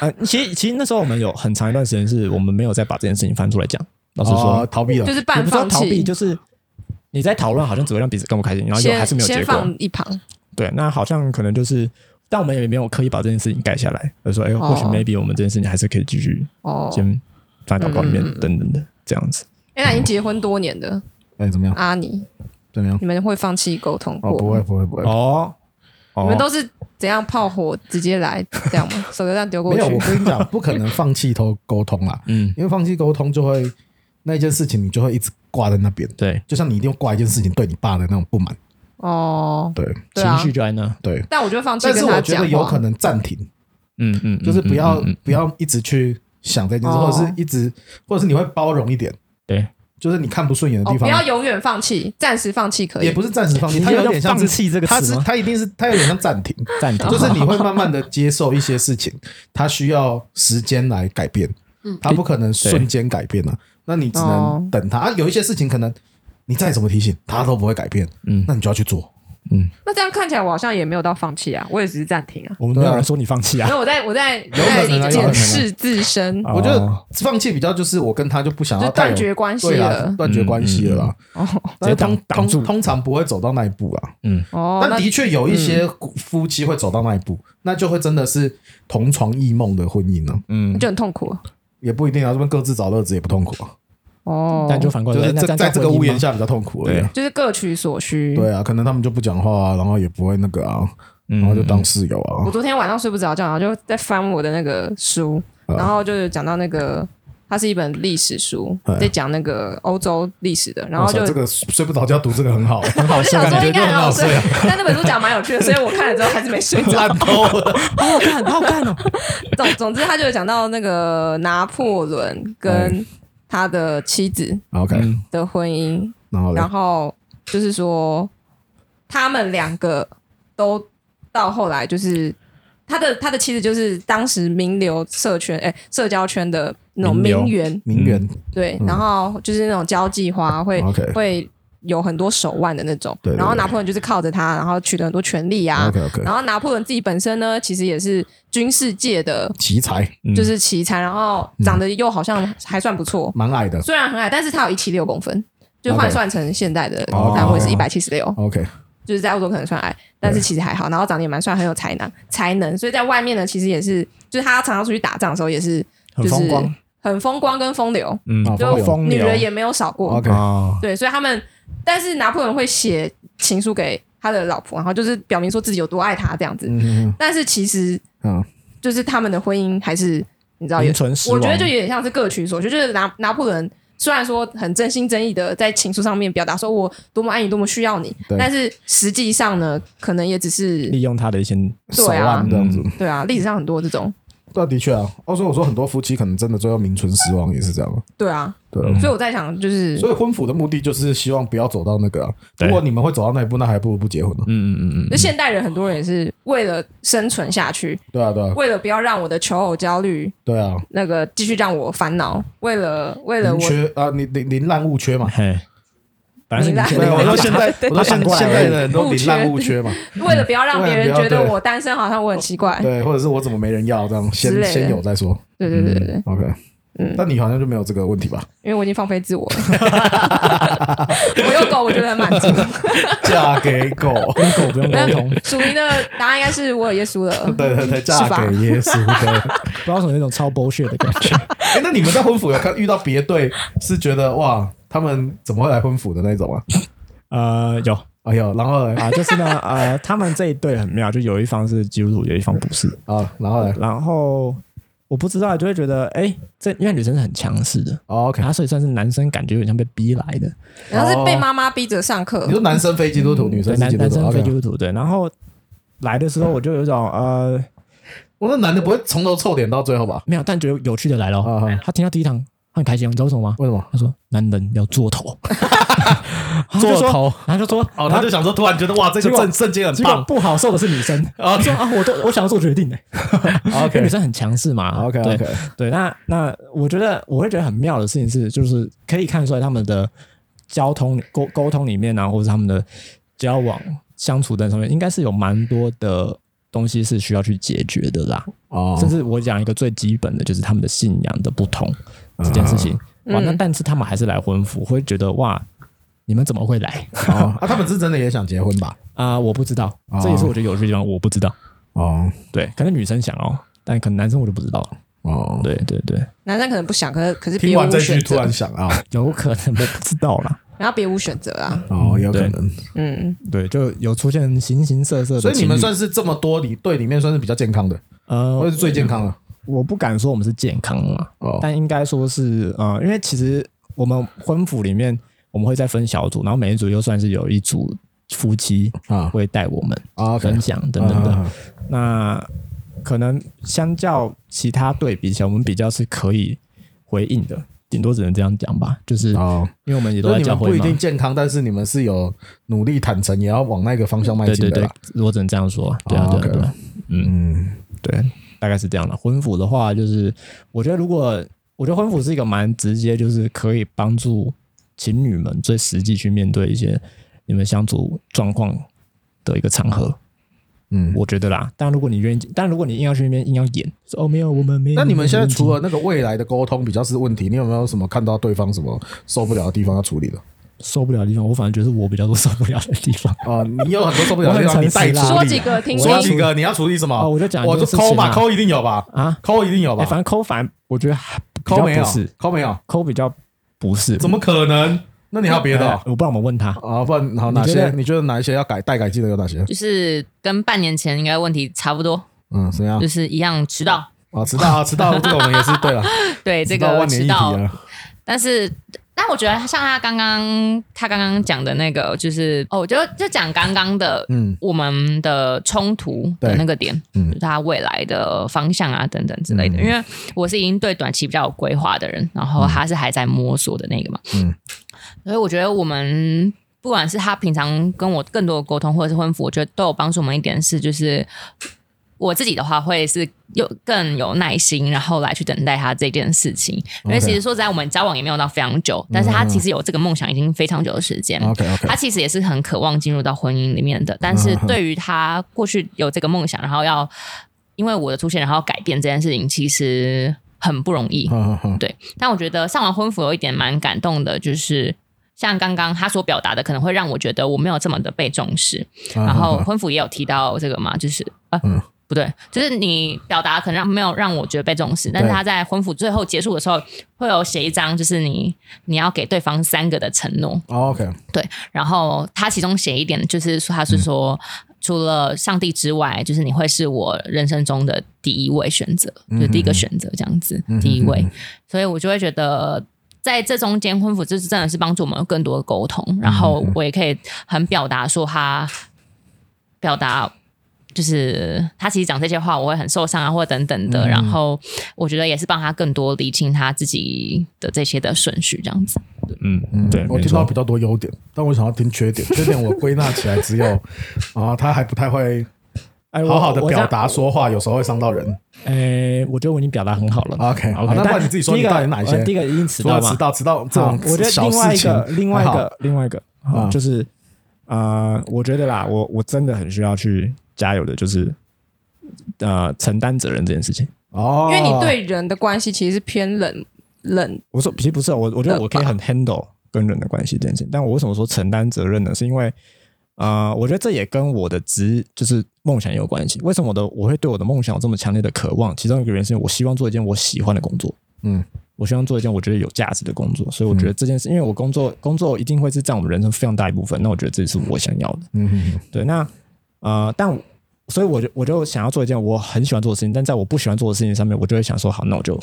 [SPEAKER 1] 呃，其实其实那时候我们有很长一段时间是我们没有再把这件事情翻出来讲。老实说，
[SPEAKER 4] 哦逃避了
[SPEAKER 2] 就，是
[SPEAKER 1] 也
[SPEAKER 2] 半
[SPEAKER 1] 不是说
[SPEAKER 2] 放
[SPEAKER 1] 逃避，
[SPEAKER 2] 弃，
[SPEAKER 1] 就是你在讨论，好像只会让彼此更不开心，然后又
[SPEAKER 2] 先
[SPEAKER 1] 还是没有结
[SPEAKER 2] 先
[SPEAKER 1] 果。
[SPEAKER 2] 放一旁。
[SPEAKER 1] 对，那好像可能就是，但我们也没有刻意把这件事情改下来，而说，哎、或许
[SPEAKER 2] 哦
[SPEAKER 1] maybe 我们这件事情还是可以继续
[SPEAKER 2] 哦，嗯
[SPEAKER 1] 先放在祷告里面等等的这样子。
[SPEAKER 2] 哎，那已经结婚多年的
[SPEAKER 4] 哎，怎么样？
[SPEAKER 2] 阿尼，
[SPEAKER 4] 怎么样？
[SPEAKER 2] 你们会放弃沟通过
[SPEAKER 4] 哦，
[SPEAKER 2] 吗？
[SPEAKER 4] 不会，不会，不会。
[SPEAKER 1] 哦，
[SPEAKER 2] 你们
[SPEAKER 1] 哦，
[SPEAKER 2] 都是怎样炮火直接来这样 吗？手榴弹丢过
[SPEAKER 4] 没
[SPEAKER 2] 去
[SPEAKER 4] 有，我跟你讲，不可能放弃沟沟通啦，
[SPEAKER 1] 嗯，
[SPEAKER 4] 因为放弃沟通就会那件事情，你就会一直挂在那边。
[SPEAKER 1] 对，
[SPEAKER 4] 就像你一定要挂一件事情对你爸的那种不满，
[SPEAKER 2] 哦，
[SPEAKER 4] 对
[SPEAKER 2] 对啊
[SPEAKER 1] 情绪就在那，
[SPEAKER 4] 对。
[SPEAKER 2] 但我就放弃
[SPEAKER 4] 但
[SPEAKER 2] 跟
[SPEAKER 4] 是
[SPEAKER 2] 他
[SPEAKER 4] 我觉
[SPEAKER 2] 讲
[SPEAKER 4] 得
[SPEAKER 2] 话。
[SPEAKER 4] 有可能暂停，
[SPEAKER 1] 嗯嗯，
[SPEAKER 4] 就是
[SPEAKER 1] 嗯
[SPEAKER 4] 不要
[SPEAKER 1] 嗯嗯
[SPEAKER 4] 不要一直去想这件事，
[SPEAKER 2] 哦
[SPEAKER 4] 或者是一直或者是你会包容一点，
[SPEAKER 1] 对，
[SPEAKER 4] 就是你看不顺眼的
[SPEAKER 2] 哦
[SPEAKER 4] 地
[SPEAKER 2] 不
[SPEAKER 4] 方，
[SPEAKER 2] 要永远放弃，暂时放弃可
[SPEAKER 4] 也
[SPEAKER 2] 以。
[SPEAKER 4] 不是暂时放弃，
[SPEAKER 1] 你
[SPEAKER 4] 它
[SPEAKER 1] 觉
[SPEAKER 4] 有
[SPEAKER 1] 得
[SPEAKER 4] 点像
[SPEAKER 1] 放
[SPEAKER 4] 是
[SPEAKER 1] 弃这个
[SPEAKER 4] 它
[SPEAKER 1] 词
[SPEAKER 4] 是
[SPEAKER 1] 吗？
[SPEAKER 4] 它一定是它有点像暂停，
[SPEAKER 1] 暂停，
[SPEAKER 2] 哦
[SPEAKER 4] 就是你会慢慢的接受一些事情，它需要时间来改变，它不可能瞬间改变啊。那你只能
[SPEAKER 2] 嗯哦
[SPEAKER 4] 等它。啊，有一些事情可能你再怎么提醒，它都不会改变，
[SPEAKER 1] 嗯
[SPEAKER 4] 那你就要去做。
[SPEAKER 2] 那这样看起来，我好像也没有到放弃啊，我也只是暂停啊。
[SPEAKER 1] 我们没有人说你放弃啊
[SPEAKER 2] 没，有，我在我在
[SPEAKER 4] 可能
[SPEAKER 2] 在
[SPEAKER 4] 啊有可能啊
[SPEAKER 2] 检视自身，
[SPEAKER 1] 哦
[SPEAKER 4] 我觉得放弃比较就是我跟他就不想要
[SPEAKER 2] 就
[SPEAKER 4] 带有
[SPEAKER 2] 断绝关系
[SPEAKER 4] 对啦
[SPEAKER 2] 了，。
[SPEAKER 4] 断绝关系了啦。
[SPEAKER 2] 哦
[SPEAKER 1] 直
[SPEAKER 4] 但是
[SPEAKER 1] 接
[SPEAKER 4] 通
[SPEAKER 1] 挡
[SPEAKER 4] 通
[SPEAKER 1] 挡住
[SPEAKER 4] 通常不会走到那一步啦。
[SPEAKER 1] 嗯，
[SPEAKER 2] 哦，
[SPEAKER 4] 但
[SPEAKER 2] 那嗯
[SPEAKER 4] 的确有一些夫妻会走到那一步，那就会真的是同床异梦的婚姻呢，啊
[SPEAKER 1] 嗯，
[SPEAKER 2] 就很痛苦
[SPEAKER 4] 也不一定啊，这边各自找乐子也不痛苦啊，
[SPEAKER 2] 哦。
[SPEAKER 1] 但就反过来
[SPEAKER 4] 就
[SPEAKER 1] 说，
[SPEAKER 4] 是
[SPEAKER 1] 哎那
[SPEAKER 4] 在
[SPEAKER 1] 样
[SPEAKER 4] 在
[SPEAKER 1] 这
[SPEAKER 4] 这
[SPEAKER 1] 样
[SPEAKER 4] 个
[SPEAKER 1] 会
[SPEAKER 4] 屋
[SPEAKER 1] 赢
[SPEAKER 4] 檐
[SPEAKER 1] 吗
[SPEAKER 4] 下比较痛苦而已啊。
[SPEAKER 2] 就是各取所需。
[SPEAKER 4] 对啊，可能他们就不讲话啊，然后也不会那个啊，然后就当室友啊
[SPEAKER 2] 我。昨天晚上睡不着觉，然后就在翻我的那个书，然后就是讲到那个，它是一本历史书
[SPEAKER 4] 哎，
[SPEAKER 2] 在讲那个欧洲历史的，然后
[SPEAKER 4] 哇
[SPEAKER 2] 就
[SPEAKER 4] 塞这个睡不着觉读这个 很好，很
[SPEAKER 2] 我就想说应该很好睡啊
[SPEAKER 4] 感觉就很 好，
[SPEAKER 2] 但那本书讲蛮有趣的，所以我看了之后还是没睡着。
[SPEAKER 4] 烂透了。
[SPEAKER 1] 好看，好看 哦，
[SPEAKER 2] 总总之，他就有讲到那个拿破仑跟他的妻子
[SPEAKER 4] OK，
[SPEAKER 1] 嗯
[SPEAKER 2] 的婚姻，
[SPEAKER 4] 然后
[SPEAKER 2] 然
[SPEAKER 4] 呢？
[SPEAKER 2] 后就是说他们两个都到后来就是。他的他的妻子就是当时名流社圈，哎、社交圈的那种
[SPEAKER 1] 名流
[SPEAKER 2] 名媛，
[SPEAKER 4] 名媛嗯
[SPEAKER 2] 对，然后就是那种交际花会
[SPEAKER 4] 哦 OK
[SPEAKER 2] 会有很多手腕的那种。
[SPEAKER 4] 对对对
[SPEAKER 2] 然后拿破仑就是靠着他，然后取得很多权利啊。
[SPEAKER 4] OK，OK
[SPEAKER 2] 然后拿破仑自己本身呢，其实也是军事界的
[SPEAKER 4] 奇才，
[SPEAKER 2] 就是奇才，然后长得又好像还算不错，
[SPEAKER 4] 蛮矮的。
[SPEAKER 2] 虽然很矮，但是他有一七六公分。就
[SPEAKER 4] OK 哦
[SPEAKER 2] 换算成现代的单位是一百七十六，
[SPEAKER 4] OK，
[SPEAKER 2] 就是在欧洲可能算矮，但是其实还好。然后长得也蛮帅，很有才能，才能。所以在外面呢，其实也是，就是他常常出去打仗的时候，也是
[SPEAKER 1] 很风光，
[SPEAKER 2] 很风光跟风流，
[SPEAKER 1] 嗯
[SPEAKER 4] 好
[SPEAKER 2] 就
[SPEAKER 4] 风
[SPEAKER 2] 女
[SPEAKER 4] 流
[SPEAKER 2] 人也没有少过。
[SPEAKER 4] OK，
[SPEAKER 1] 啊，
[SPEAKER 2] 对，所以他们，但是拿破仑会写情书给他的老婆，然后就是表明说自己有多爱她这样子。
[SPEAKER 4] 嗯
[SPEAKER 2] 但是其实
[SPEAKER 4] 嗯
[SPEAKER 2] 就是他们的婚姻还是你知道有
[SPEAKER 1] 名存实
[SPEAKER 2] 我
[SPEAKER 1] 亡
[SPEAKER 2] 觉得就有点像是各取所需，就是拿拿破仑虽然说很真心真意的在情书上面表达说我多么爱你，多么需要你，
[SPEAKER 4] 对
[SPEAKER 2] 但是实际上呢，可能也只是
[SPEAKER 1] 利用他的一些
[SPEAKER 4] 手
[SPEAKER 2] 对啊
[SPEAKER 4] 腕这样子。
[SPEAKER 2] 对啊，历史上很多这种，
[SPEAKER 4] 对啊，的确啊。哦，所以我说很多夫妻可能真的最后名存实亡也是这样啊。
[SPEAKER 2] 对啊，
[SPEAKER 4] 对啊，
[SPEAKER 2] 所以我在想，就是
[SPEAKER 4] 所以婚服的目的就是希望不要走到那个、啊。
[SPEAKER 1] 对
[SPEAKER 4] 如果你们会走到那一步，那还不如不结婚呢、
[SPEAKER 1] 嗯嗯嗯
[SPEAKER 2] 就现代人很多人也是为了生存下去，
[SPEAKER 4] 对啊，对啊，
[SPEAKER 2] 为了不要让我的求偶焦虑
[SPEAKER 4] 对啊。
[SPEAKER 2] 那个继续让我烦恼，为了为了
[SPEAKER 4] 零
[SPEAKER 2] 我
[SPEAKER 4] 缺啊，你零零滥物缺嘛
[SPEAKER 1] 嗯，。嘿，本来是你先
[SPEAKER 2] 明白
[SPEAKER 4] 对，我说现在，我
[SPEAKER 2] 对
[SPEAKER 4] 说现
[SPEAKER 1] 反过来
[SPEAKER 4] 现在的人都零滥物缺嘛，
[SPEAKER 2] 为了不要让别人
[SPEAKER 4] 为了不
[SPEAKER 2] 觉
[SPEAKER 4] 要
[SPEAKER 2] 得
[SPEAKER 4] 对
[SPEAKER 2] 我单身好像我很奇
[SPEAKER 1] 哎
[SPEAKER 2] 怪，
[SPEAKER 4] 对，或者是我怎么没人要这样，
[SPEAKER 2] 之
[SPEAKER 4] 先
[SPEAKER 2] 类的
[SPEAKER 4] 先有再说。
[SPEAKER 2] 对对对对对，
[SPEAKER 4] OK，
[SPEAKER 2] 嗯
[SPEAKER 4] 但你好像就没有这个问 题吧？
[SPEAKER 2] 因为我已经放飞自我了， 我有狗，我觉得很满足。
[SPEAKER 4] 嫁给狗，
[SPEAKER 1] 狗不用沟通，不
[SPEAKER 2] 属于的答案应该是我也输了，
[SPEAKER 4] 对对对，
[SPEAKER 2] 是吧
[SPEAKER 4] 嫁给耶稣。对，
[SPEAKER 1] 知道为什么有一种超 bullshit 的感觉。
[SPEAKER 4] 哎，那你们在婚服有看遇到别对是觉得哇，他们怎么会来婚服的那种啊？
[SPEAKER 1] 呃，有
[SPEAKER 4] 哎呦，然后嘞
[SPEAKER 1] 啊，就是呢，呃，他们这一对很妙，就有一方是基督徒，有一方不是。
[SPEAKER 4] 啊，然后嘞
[SPEAKER 1] 然后我不知道，就会觉得，哎，这因为女生是很强势的，
[SPEAKER 4] 哦，OK，
[SPEAKER 1] 她所以算是男生感觉有点像被逼来的。
[SPEAKER 2] 然后是被妈妈逼着上课
[SPEAKER 4] 哦你，说男生非基督徒，女
[SPEAKER 1] 嗯对
[SPEAKER 4] 生是基
[SPEAKER 1] 男
[SPEAKER 4] 督
[SPEAKER 1] 男
[SPEAKER 4] 徒
[SPEAKER 1] 生非基
[SPEAKER 4] ，OK。
[SPEAKER 1] 督徒对，然后来的时候我就有一种
[SPEAKER 4] 啊
[SPEAKER 1] 呃
[SPEAKER 4] 我说男的不会从头臭脸到最后吧？
[SPEAKER 1] 没有，但觉得有趣的来了哦。
[SPEAKER 4] 啊啊
[SPEAKER 1] 他听到第一堂，他很开心，你知道为什么吗？
[SPEAKER 4] 为什么？
[SPEAKER 1] 他说：“男人要做 头，做
[SPEAKER 4] 做头，
[SPEAKER 1] 然啊后就说，
[SPEAKER 4] 哦，他就想说，突然觉得哇，这
[SPEAKER 1] 结
[SPEAKER 4] 个
[SPEAKER 1] 果
[SPEAKER 4] 瞬瞬间很
[SPEAKER 1] 结果
[SPEAKER 4] 棒。
[SPEAKER 1] 不好受的是女 生，
[SPEAKER 4] OK
[SPEAKER 1] 我说啊，我都我想要做决定的，因为
[SPEAKER 4] 啊 OK 啊
[SPEAKER 1] 女生很强势嘛。
[SPEAKER 4] OK
[SPEAKER 1] 对
[SPEAKER 4] OK，
[SPEAKER 1] 对，那那我觉得我会觉得很妙的事情是，就是可以看出来他们的交通沟沟通里面啊，或者他们的交往相处等上面，应该是有蛮多的东西是需要去解决的啦。
[SPEAKER 4] 哦
[SPEAKER 1] 甚至我讲一个最基本的，就是他们的信仰的不同这件事情。哇，那但是他们还是来婚服，会觉得哇，你们怎么会来
[SPEAKER 4] 哦， 啊，他们是真的也想结婚吧？
[SPEAKER 1] 啊、我不知道
[SPEAKER 4] 哦，
[SPEAKER 1] 这也是我觉得有趣的地方，我不知道。
[SPEAKER 4] 哦
[SPEAKER 1] 对，可能女生想哦，但可能男生我就不知道了。
[SPEAKER 4] 哦，
[SPEAKER 1] 对对对，
[SPEAKER 2] 男生可能不想，可是可是
[SPEAKER 4] 听
[SPEAKER 2] 别
[SPEAKER 4] 完
[SPEAKER 2] 无
[SPEAKER 4] 这
[SPEAKER 2] 选
[SPEAKER 4] 句突
[SPEAKER 2] 择
[SPEAKER 4] 然，想啊，
[SPEAKER 1] 有可能我不知道啦。
[SPEAKER 2] 然后别无选择啊，
[SPEAKER 4] 哦，有可能。
[SPEAKER 2] 嗯，
[SPEAKER 1] 对，就有出现形形色色的情
[SPEAKER 4] 所
[SPEAKER 1] 侣。
[SPEAKER 4] 以你们算是这么多里队里面算是比较健康的，或
[SPEAKER 1] 呃
[SPEAKER 4] 者，是最健康的
[SPEAKER 1] 我不敢说我们是健康嘛，
[SPEAKER 4] 哦
[SPEAKER 1] 但应该说是呃，因为其实我们婚服里面我们会再分小组，然后每一组又算是有一组夫妻
[SPEAKER 4] 啊
[SPEAKER 1] 会带我们
[SPEAKER 4] 啊，OK
[SPEAKER 1] 分享等等
[SPEAKER 4] 啊
[SPEAKER 1] 的。那可能相较其他对比起来，我们比较是可以回应的，顶多只能这样讲吧。就是
[SPEAKER 4] 哦，
[SPEAKER 1] 因为我们也都
[SPEAKER 4] 所
[SPEAKER 1] 在
[SPEAKER 4] 以你
[SPEAKER 1] 教
[SPEAKER 4] 们不
[SPEAKER 1] 会
[SPEAKER 4] 一
[SPEAKER 1] 嘛，
[SPEAKER 4] 定健康，但是你们是有努力坦诚，也要往那个方向迈
[SPEAKER 1] 对
[SPEAKER 4] 进
[SPEAKER 1] 对
[SPEAKER 4] 的
[SPEAKER 1] 对
[SPEAKER 4] 啦。，
[SPEAKER 1] 我只能这样说。对啊，
[SPEAKER 4] 哦
[SPEAKER 1] 对啊，
[SPEAKER 4] ，OK
[SPEAKER 1] 对啊，
[SPEAKER 4] 嗯，
[SPEAKER 1] 对，大概是这样的。婚服的话，就是我觉得如果我觉得婚服是一个蛮直接，就是可以帮助情侣们最实际去面对一些你们相处状况的一个场合。
[SPEAKER 4] 嗯
[SPEAKER 1] 我觉得啦，但如果你愿意，但如果你硬要去那边硬要演，说哦没有，我们没有。
[SPEAKER 4] 那你们现在
[SPEAKER 1] 没有
[SPEAKER 4] 除了那个未来的沟通比较是问题，你有没有什么看到对方什么受不了的地方要处理的？
[SPEAKER 1] 受不了的地方，我反而觉得是我比较多受不了的地方。
[SPEAKER 4] 啊，你有很多受不了的地
[SPEAKER 1] 我
[SPEAKER 4] 方，
[SPEAKER 1] 很
[SPEAKER 4] 你
[SPEAKER 1] 诚实
[SPEAKER 4] 代
[SPEAKER 1] 啦
[SPEAKER 4] 处
[SPEAKER 2] 说
[SPEAKER 4] 理。
[SPEAKER 2] 几个听
[SPEAKER 4] 说几
[SPEAKER 2] 听，
[SPEAKER 4] 个，你要处理什么？
[SPEAKER 1] 哦我就讲
[SPEAKER 4] 我
[SPEAKER 1] 一
[SPEAKER 4] 就
[SPEAKER 1] 件事情啊
[SPEAKER 4] 抠嘛，抠一定有吧？
[SPEAKER 1] 啊，
[SPEAKER 4] 抠一定有吧
[SPEAKER 1] 哎，？反正抠反，我觉得还比
[SPEAKER 4] 抠
[SPEAKER 1] 较
[SPEAKER 4] 没有
[SPEAKER 1] 不是，，
[SPEAKER 4] 抠没有，
[SPEAKER 1] 抠比较不是。
[SPEAKER 4] 怎么可能？那你还有别的
[SPEAKER 1] 哎
[SPEAKER 4] 哦
[SPEAKER 1] 我不知道我们问他。
[SPEAKER 4] 啊？不然好，哪
[SPEAKER 1] 你觉
[SPEAKER 4] 些
[SPEAKER 1] 得？
[SPEAKER 4] 你觉得哪一些要改待改进的有哪些？
[SPEAKER 3] 就是跟半年前应该问题差不多，
[SPEAKER 4] 嗯，怎么样
[SPEAKER 3] 就？是一样迟到。
[SPEAKER 4] 啊，迟到啊，迟到，这个我们也是对了，
[SPEAKER 3] 对，这
[SPEAKER 4] 迟到
[SPEAKER 3] 个
[SPEAKER 4] 万年
[SPEAKER 3] 迟
[SPEAKER 4] 一体
[SPEAKER 3] 到，
[SPEAKER 4] 啊。
[SPEAKER 3] 但是，但我觉得像他刚刚他刚刚讲的那个，就是哦，我就就讲刚刚的，
[SPEAKER 4] 嗯
[SPEAKER 3] 我们的冲突的
[SPEAKER 4] 对
[SPEAKER 3] 那个点，
[SPEAKER 4] 嗯
[SPEAKER 3] 就是他未来的方向啊等等之类的。因为我是已经对短期比较有规划的人，然后他是还在摸索的那个嘛，
[SPEAKER 4] 嗯
[SPEAKER 3] 所以我觉得我们。不管是他平常跟我更多的沟通，或者是婚服，我觉得都有帮助我们一点是，就是我自己的话会是有更有耐心，然后来去等待他这件事情。因为
[SPEAKER 4] OK
[SPEAKER 3] 其实说实在，我们交往也没有到非常久，但是他
[SPEAKER 4] 嗯
[SPEAKER 3] 其实有这个梦想已经非常久的时
[SPEAKER 1] 哎
[SPEAKER 3] 间。
[SPEAKER 4] OK OK，
[SPEAKER 1] 啊
[SPEAKER 3] 他其实也是很渴望进入到婚姻里面的，但是
[SPEAKER 4] 嗯哼
[SPEAKER 3] 对于他过去有这个梦想，然后要因为我的出现，然后改变这件事情，其实很不容易。
[SPEAKER 4] 嗯嗯
[SPEAKER 3] 对，但我觉得上完婚服有一点蛮感动的，就是像刚刚他所表达的，可能会让我觉得我没有这么的被重视。
[SPEAKER 4] 嗯，
[SPEAKER 3] 然后
[SPEAKER 4] 嗯
[SPEAKER 3] 婚服也有提到这个嘛，就是啊。
[SPEAKER 4] 嗯
[SPEAKER 3] 不对，就是你表达可能让没有让我觉得被重视，但是
[SPEAKER 4] 对
[SPEAKER 3] 他在婚服最后结束的时候会有写一张，就是你你要给对方三个的承诺，
[SPEAKER 4] 嗯 OK，
[SPEAKER 3] 然后他其中写一点就是说，他是说、
[SPEAKER 4] 嗯
[SPEAKER 3] 除了上帝之外，就是你会是我人生中的第一位选择，
[SPEAKER 4] 嗯
[SPEAKER 3] 就第一个选择这样子，第一位。
[SPEAKER 4] 嗯
[SPEAKER 3] 所以我就会觉得。在这中间，婚服就是真的是帮助我们有更多的沟通，然后我也可以很表达说他表达就是他其实讲这些话，我会很受伤啊，或等等的。
[SPEAKER 4] 嗯
[SPEAKER 3] 然后我觉得也是帮他更多理清他自己的这些的顺序，这样子。
[SPEAKER 1] 嗯，对，
[SPEAKER 4] 我
[SPEAKER 1] 没
[SPEAKER 4] 听到
[SPEAKER 1] 错
[SPEAKER 4] 比，较多优点，但我想要听缺点。 缺点我归纳起来只有啊，他还不太会
[SPEAKER 1] 哎
[SPEAKER 4] 好好的
[SPEAKER 1] 我
[SPEAKER 4] 表达说话，有时候会伤到人。
[SPEAKER 1] 诶，我觉得我已经表达很好了。
[SPEAKER 4] OK，好
[SPEAKER 1] 哎 OK，
[SPEAKER 4] 那不然
[SPEAKER 1] 但
[SPEAKER 4] 你自己说
[SPEAKER 1] 第一
[SPEAKER 4] 你
[SPEAKER 1] 个
[SPEAKER 4] 到底哪一些
[SPEAKER 1] 呃第一个一定迟
[SPEAKER 4] 除
[SPEAKER 1] 到
[SPEAKER 4] 了
[SPEAKER 1] 嘛
[SPEAKER 4] 迟，到，迟到这种
[SPEAKER 1] 好我觉得
[SPEAKER 4] 小
[SPEAKER 1] 另外
[SPEAKER 4] 事
[SPEAKER 1] 一
[SPEAKER 4] 情
[SPEAKER 1] 个，，另外一
[SPEAKER 4] 还好
[SPEAKER 1] 个，另外一个，啊
[SPEAKER 4] 嗯
[SPEAKER 1] 就是啊、呃我觉得啦，我我真的很需要去加油的，就是呃，承担责任这件事情。
[SPEAKER 4] 哦，
[SPEAKER 2] 因为你对人的关系其实是偏冷冷，
[SPEAKER 1] 我
[SPEAKER 4] 嗯
[SPEAKER 1] 说其实不是，啊我我觉得我可以很
[SPEAKER 4] 啊
[SPEAKER 1] handle 跟人的关系这件事情，但我为什么说承担责任呢？是因为呃，我觉得这也跟我的职就是梦想也有关系。为什么我的我会对我的梦想有这么强烈的渴望？其中一个原因是我希望做一件我喜欢的工作。
[SPEAKER 4] 嗯
[SPEAKER 1] 我希望做一件我觉得有价值的工作，所以我觉得这件事，因为我工作工作一定会是占我们人生非常大一部分，那我觉得这是我想要的。
[SPEAKER 4] 嗯嗯
[SPEAKER 1] 对，那呃，但我所以我就我就想要做一件我很喜欢做的事情，但在我不喜欢做的事情上面，我就会想说，好，那我就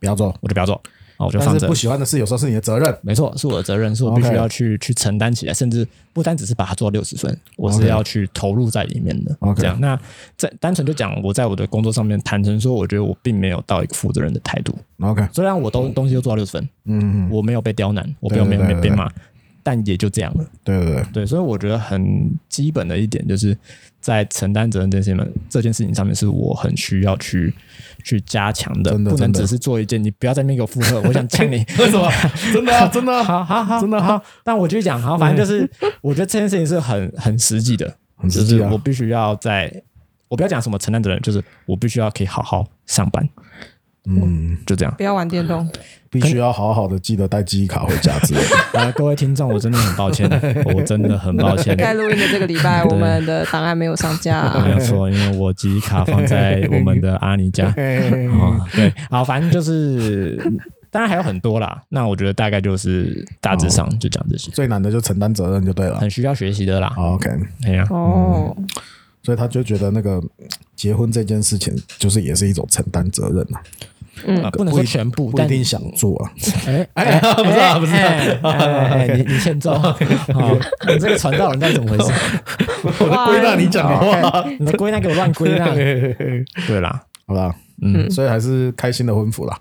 [SPEAKER 4] 不要做。
[SPEAKER 1] 我就不要做，啊，我就放
[SPEAKER 4] 但是
[SPEAKER 1] 着
[SPEAKER 4] 不。喜欢的事，有时候是你的责任。
[SPEAKER 1] 没错，是我的责任，是我必须
[SPEAKER 4] OK
[SPEAKER 1] 要去去承担起来，甚至不单只是把它做到六十分，我
[SPEAKER 4] OK
[SPEAKER 1] 是要去投入在里面的。
[SPEAKER 4] OK
[SPEAKER 1] 这样，那在单纯就讲我在我的工作上面，坦诚说，我觉得我并没有到一个负责任的态度。
[SPEAKER 4] OK，
[SPEAKER 1] 虽然我都东西都做到六十分，
[SPEAKER 4] 嗯，嗯
[SPEAKER 1] 我没有被刁难，我没有没有
[SPEAKER 4] 对对
[SPEAKER 1] 没
[SPEAKER 4] 对
[SPEAKER 1] 有被骂，但也就这样了。
[SPEAKER 4] 对对对，
[SPEAKER 1] 对，所以我觉得很基本的一点就是在承担责任这些嘛这件事情上面，是我很需要去去加强的，
[SPEAKER 4] 真的
[SPEAKER 1] 不能
[SPEAKER 4] 真的
[SPEAKER 1] 只是做一件，你不要在那边给我附和，我想呛 你。
[SPEAKER 4] 为什么？真的啊，真的啊，
[SPEAKER 1] 好好好，
[SPEAKER 4] 真的
[SPEAKER 1] 好。但我继续讲，好，反正就是，我觉得这件事情是很嗯很实际的，
[SPEAKER 4] 很
[SPEAKER 1] 就
[SPEAKER 4] 实
[SPEAKER 1] 是
[SPEAKER 4] 际啊
[SPEAKER 1] 我。必须要在，我不要讲什么承担责任，就是我必须要可以好好上班，
[SPEAKER 4] 嗯，
[SPEAKER 1] 就这样。
[SPEAKER 2] 不要玩电动。
[SPEAKER 4] 必须要好好的记得带记忆卡回家之类的。
[SPEAKER 1] 呃，各位听众，我真的很抱 歉，我真的很抱
[SPEAKER 4] 哎
[SPEAKER 1] 歉，
[SPEAKER 2] 该录音的这个礼拜，
[SPEAKER 1] 对
[SPEAKER 2] 我们的档案没有上架、
[SPEAKER 4] 嗯
[SPEAKER 1] 没有错，因为我记忆卡放在我们的阿尼家。
[SPEAKER 4] 嘿
[SPEAKER 1] 哦，对，好，反正就是，当然还有很多啦。那我觉得大概就是大致上就讲这些，
[SPEAKER 4] 最难的就承担责任就对了。
[SPEAKER 1] 很需要学习的啦。
[SPEAKER 4] 好 OK，
[SPEAKER 1] 哎呀，
[SPEAKER 2] 哦，
[SPEAKER 4] 所以他就觉得那个嗯结婚这件事情，就是也是一种承担责任啊，
[SPEAKER 1] 呃不能说全部，
[SPEAKER 4] 不一
[SPEAKER 1] 但
[SPEAKER 4] 定想做啊。
[SPEAKER 1] 哎哎， 不是啊，不是，哎，你你 欠揍。好，你这个传道人到底怎么回事？哦
[SPEAKER 4] 我的归纳你讲的话，
[SPEAKER 1] 你的归纳给我乱归纳。 对啦，
[SPEAKER 4] 好吧，
[SPEAKER 1] 嗯，
[SPEAKER 4] 所以还是开心的婚服啦，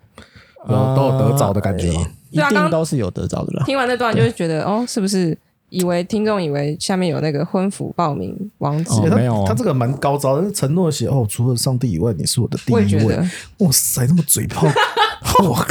[SPEAKER 1] 呃
[SPEAKER 4] 有都有得着的感觉吗？
[SPEAKER 1] 一定都是有得着的啦。
[SPEAKER 2] 听完那段就会觉得，哦，是不是以为听众以为下面有那个婚服报名网址？
[SPEAKER 1] 哦
[SPEAKER 4] 欸他
[SPEAKER 1] 没有哦
[SPEAKER 4] 他这个蛮高招的，承诺写哦，除了上帝以外，你是我的第一
[SPEAKER 2] 我也觉
[SPEAKER 4] 位
[SPEAKER 2] 得。
[SPEAKER 4] 哇塞，那么嘴 炮，我靠！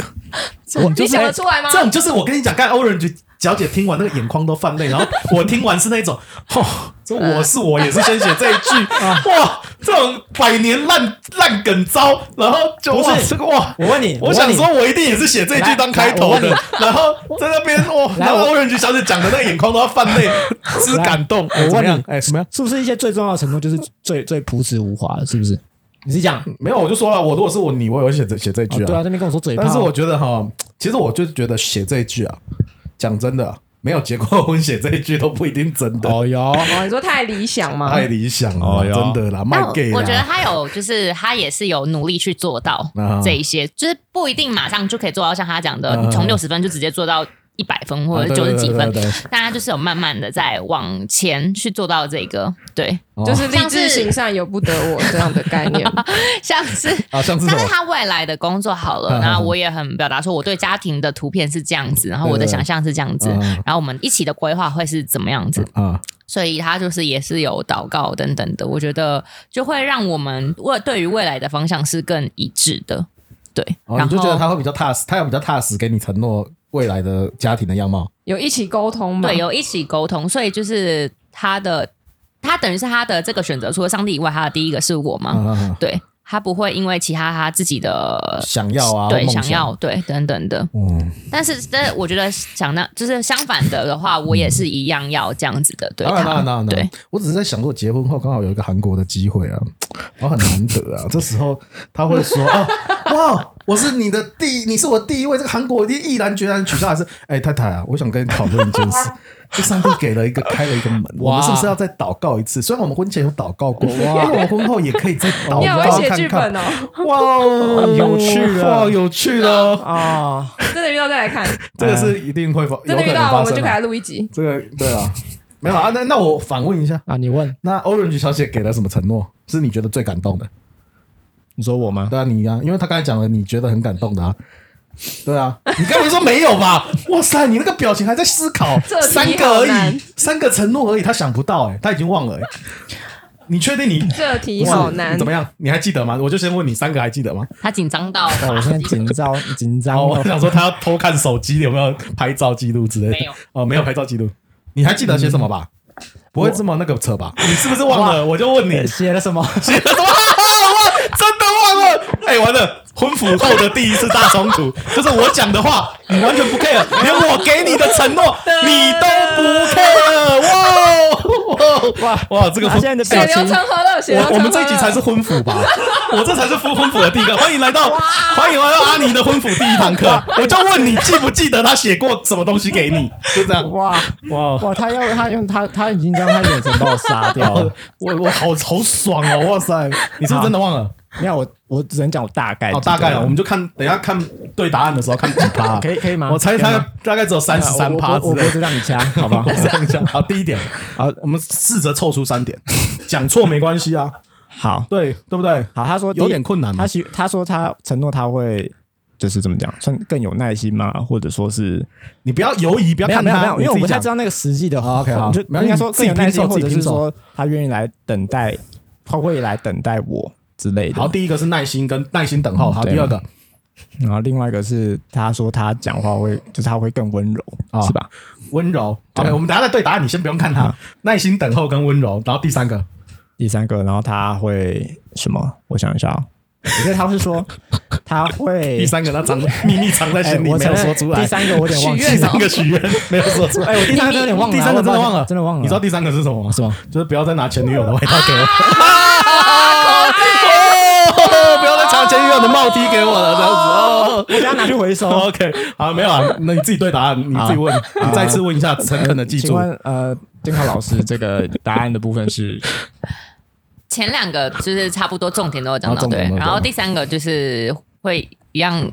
[SPEAKER 4] 这种就是
[SPEAKER 2] 你想得出来吗
[SPEAKER 4] 这种就是我跟你讲，刚才 Orange 小姐听完那个眼眶都泛泪，然后我听完是 那种，哦，这我是我也是先写这一句，
[SPEAKER 1] 啊
[SPEAKER 4] 哇，这种百年烂烂梗招，然后就
[SPEAKER 1] 不是
[SPEAKER 4] 哇这个哇。
[SPEAKER 1] 我问你，
[SPEAKER 4] 我想说，我一定也是写这一句当开头的
[SPEAKER 1] 来，
[SPEAKER 4] 然后在那边哇，
[SPEAKER 1] 来
[SPEAKER 4] 然后
[SPEAKER 1] 我
[SPEAKER 4] Orange 小姐讲的那个眼眶都要泛泪，之
[SPEAKER 1] 来
[SPEAKER 4] 感动。
[SPEAKER 1] 我
[SPEAKER 4] 怎么
[SPEAKER 1] 问
[SPEAKER 4] 样
[SPEAKER 1] 你，
[SPEAKER 4] 哎，什么样？
[SPEAKER 1] 是不是一些最重要的承诺就是最最朴实无华的？是不是？你是讲
[SPEAKER 4] 没有，我就说了，我如果是我你，我也会写这写这一句
[SPEAKER 1] 对啊，那边跟我说嘴炮，
[SPEAKER 4] 但是我觉得哈，其实我就是觉得写这一句啊，讲真的，没有结过婚写这一句都不一定真的，
[SPEAKER 1] 哦哟，
[SPEAKER 2] 哦，你说太理想吗？
[SPEAKER 4] 太理想了，
[SPEAKER 1] 哦哟
[SPEAKER 4] 真的啦，卖
[SPEAKER 3] 但我
[SPEAKER 4] 给啦。
[SPEAKER 3] 我觉得他有，就是他也是有努力去做到
[SPEAKER 4] 啊
[SPEAKER 3] 这一些，就是不一定马上就可以做到像他讲的，
[SPEAKER 4] 啊
[SPEAKER 3] 你从六十分就直接做到一百分或者
[SPEAKER 4] 啊
[SPEAKER 3] 九十几分，
[SPEAKER 4] 对对对对对
[SPEAKER 3] 大家就是有慢慢的在往前去做到这个，对，
[SPEAKER 4] 哦
[SPEAKER 2] 就是励
[SPEAKER 3] 像
[SPEAKER 2] 志
[SPEAKER 3] 是
[SPEAKER 2] 行善由不得我这样的概念。
[SPEAKER 3] 像是
[SPEAKER 4] 啊， 像是
[SPEAKER 3] 像
[SPEAKER 4] 什
[SPEAKER 3] 是
[SPEAKER 4] 么？
[SPEAKER 3] 他未来的工作好
[SPEAKER 4] 嗯
[SPEAKER 3] 了，那
[SPEAKER 4] 嗯嗯
[SPEAKER 3] 我也很表达说我对家庭的图片是这样子，然后我的
[SPEAKER 4] 对对
[SPEAKER 3] 想象是这样子
[SPEAKER 4] 嗯嗯，
[SPEAKER 3] 然后我们一起的规划会是怎么样子，
[SPEAKER 4] 啊，
[SPEAKER 3] 所以他就是也是有祷告等等的，我觉得就会让我们未对于未来的方向是更一致的，对，
[SPEAKER 4] 哦，
[SPEAKER 3] 然
[SPEAKER 4] 你就觉得
[SPEAKER 3] 后。
[SPEAKER 4] 他会比较踏实，他有比较踏实给你承诺未来的家庭的样貌。
[SPEAKER 2] 有一起沟通嘛？
[SPEAKER 3] 对，有一起沟通，所以就是他的，他等于是他的这个选择，除了上帝以外，他的第一个是我嘛，
[SPEAKER 4] 嗯嗯嗯
[SPEAKER 3] 对他不会因为其他他自己的
[SPEAKER 4] 想要啊，
[SPEAKER 3] 对
[SPEAKER 4] 梦
[SPEAKER 3] 想要，对等等的，
[SPEAKER 4] 嗯，
[SPEAKER 3] 但是但是我觉得想到就是相反的的话，我也是一样要这样子的对
[SPEAKER 4] 当然当然当
[SPEAKER 3] 他，
[SPEAKER 4] 然，当
[SPEAKER 3] 对
[SPEAKER 4] 然，我只是在想，如果结婚后刚好有一个韩国的机会啊，我很难得啊，这时候他 会说啊，哇，我是你的第，你是我第一位，这个韩国我一定毅然决然取消，还是哎、太太啊，我想跟你讨论一件 事。就上帝给了一个开了一个门，我们是不是要再祷告一次？虽然我们婚前有祷告过，哇，我们婚后也可以再祷
[SPEAKER 2] 你好会
[SPEAKER 4] 告
[SPEAKER 2] 写
[SPEAKER 4] 看
[SPEAKER 2] 剧
[SPEAKER 4] 看
[SPEAKER 2] 本。哦，
[SPEAKER 4] 哇哦，
[SPEAKER 1] 有趣了
[SPEAKER 4] 哇，有趣了，
[SPEAKER 1] 啊，
[SPEAKER 2] 真的遇到再来看，
[SPEAKER 4] 这个是一定会发，
[SPEAKER 2] 真
[SPEAKER 4] 有
[SPEAKER 2] 的
[SPEAKER 4] 可
[SPEAKER 2] 遇
[SPEAKER 4] 能
[SPEAKER 2] 到
[SPEAKER 4] 发
[SPEAKER 2] 我们
[SPEAKER 4] 生
[SPEAKER 2] 就
[SPEAKER 4] 啊
[SPEAKER 2] 可以来录一集。
[SPEAKER 4] 这个对啊，没有啊。那那我反问一下，
[SPEAKER 1] 啊，你问
[SPEAKER 4] 那 Orange 小姐给了什么承诺？是你觉得最感动的？
[SPEAKER 1] 你说我吗？
[SPEAKER 4] 对啊，你啊，因为她刚才讲了，你觉得很感动的啊。对啊，你刚才说没有吧？ 哇塞，你那个表情还在思考，
[SPEAKER 2] 这题
[SPEAKER 4] 三个而
[SPEAKER 2] 好
[SPEAKER 4] 已
[SPEAKER 2] 难，
[SPEAKER 4] 三个承诺而已，她想不到哎、她已经忘了哎、你确定你
[SPEAKER 2] 这题
[SPEAKER 4] 不是
[SPEAKER 2] 好难
[SPEAKER 4] 怎，么样？你还记得吗？我就先问你，三个还记得吗？
[SPEAKER 3] 他紧张到
[SPEAKER 1] 啊，我现在紧 张紧张
[SPEAKER 4] 哦，
[SPEAKER 1] 哦
[SPEAKER 4] 我，想说她要偷看手机有没有拍照记录之类的，
[SPEAKER 3] 没有
[SPEAKER 4] 哦，没有拍照记录。你还记得些什么吧？不会这么那个扯吧？你是不是忘了？嗯我就问你，
[SPEAKER 1] 写了什么？
[SPEAKER 4] 写了什么？ 真的忘了？哎、完了，婚服后的第一次大冲突，就是我讲的话，你完全不 care，连我给你的承 诺你都不 care。哇哇哇！这个
[SPEAKER 1] 他
[SPEAKER 4] 婚
[SPEAKER 1] 现在的
[SPEAKER 2] 血
[SPEAKER 1] 表
[SPEAKER 2] 流成
[SPEAKER 1] 情，
[SPEAKER 2] 河了，血流啊成河了。
[SPEAKER 4] 我我们这一集才是婚服吧？我这才是婚婚服的第一个，欢迎来到欢迎来到阿尼的婚服第一堂课。我就问你记不记得他写过什么东西给你？就这样。
[SPEAKER 1] 哇
[SPEAKER 4] 哇，
[SPEAKER 1] 哇，他要他用他他已经让他眼神把我杀掉了。
[SPEAKER 4] 我我好好爽哦！哇塞，你是不是真的忘了？
[SPEAKER 1] 没有，我我只能讲我大概
[SPEAKER 4] 哦，
[SPEAKER 1] 记得
[SPEAKER 4] 大概了，我们就看等一下看对答案的时候看几趴，
[SPEAKER 1] 可以可以吗
[SPEAKER 4] 我猜
[SPEAKER 1] 可以
[SPEAKER 4] 他
[SPEAKER 1] 吗
[SPEAKER 4] 大概只有三十三趴
[SPEAKER 1] 我
[SPEAKER 4] 之
[SPEAKER 1] 我我
[SPEAKER 4] 类
[SPEAKER 1] 脖子
[SPEAKER 4] 的。？
[SPEAKER 1] 让你掐，好吧
[SPEAKER 4] 这样讲好，第一点，
[SPEAKER 1] 好
[SPEAKER 4] 我们试着凑出三点，讲错没关系啊，
[SPEAKER 1] 好
[SPEAKER 4] 对对不对？
[SPEAKER 1] 好，他说第一
[SPEAKER 4] 有点困难啊嘛
[SPEAKER 1] 他希他说他承诺他会就是怎么讲，算更有耐心吗？或者说是
[SPEAKER 4] 你不要犹疑，不要
[SPEAKER 1] 没有
[SPEAKER 4] 看
[SPEAKER 1] 没有没
[SPEAKER 4] 他，
[SPEAKER 1] 有，因为我不太知
[SPEAKER 4] 道。
[SPEAKER 1] 道那个实际的
[SPEAKER 4] 哦，OK，好
[SPEAKER 1] 就
[SPEAKER 4] 没有
[SPEAKER 1] 应该说
[SPEAKER 4] 你自
[SPEAKER 1] 更
[SPEAKER 4] 己
[SPEAKER 1] 有耐心，
[SPEAKER 4] 拼凑
[SPEAKER 1] 或者
[SPEAKER 4] 自己
[SPEAKER 1] 是
[SPEAKER 4] 拼凑
[SPEAKER 1] 说他愿意来等待，他会来等待我之类的。
[SPEAKER 4] 好，第一个是耐心跟耐心等候，好，
[SPEAKER 1] 嗯对
[SPEAKER 4] 第二个
[SPEAKER 1] 然后另外一个是他说他讲话会就是他会更温柔，
[SPEAKER 4] 啊
[SPEAKER 1] 是吧？
[SPEAKER 4] 温柔。
[SPEAKER 1] 对嗯
[SPEAKER 4] OK，我们等一下再对答案，你先不用看他，耐心等候跟温柔，然后第三个，
[SPEAKER 1] 第三个，然后他会什么？我想一下哦，我觉得他是说 他会
[SPEAKER 4] 第三个 他藏秘密藏在
[SPEAKER 1] 哎
[SPEAKER 4] 心里
[SPEAKER 1] 我
[SPEAKER 4] 没有
[SPEAKER 1] 承认
[SPEAKER 4] 说出来。
[SPEAKER 1] 第三个我有点忘
[SPEAKER 3] 许
[SPEAKER 1] 记
[SPEAKER 3] 愿
[SPEAKER 4] 第
[SPEAKER 1] 了
[SPEAKER 4] 三。个许愿没有说出来。
[SPEAKER 1] 哎，我第三个真的有点忘了，
[SPEAKER 4] 第三个真的忘了，
[SPEAKER 1] 真的忘了。
[SPEAKER 4] 你知道第三个是什么吗？
[SPEAKER 1] 什么？
[SPEAKER 4] 就是不要再拿前女友的外套给我。 哦， 不要再藏前女友的帽 T 给我了，这样子
[SPEAKER 1] 我等下拿去回收
[SPEAKER 4] 哦。。OK，好， 没 有啊，那你自己对答案，你自己问，你再次问一下，诚恳的记
[SPEAKER 1] 请
[SPEAKER 4] 住。
[SPEAKER 2] 嗯
[SPEAKER 1] 问呃，监考老师这个答案的部分 是
[SPEAKER 3] 前两个就是差不多重点都有讲
[SPEAKER 4] 啊
[SPEAKER 3] 到，
[SPEAKER 4] 重
[SPEAKER 3] 对
[SPEAKER 4] 点都，有
[SPEAKER 3] 然后第三个就是会一样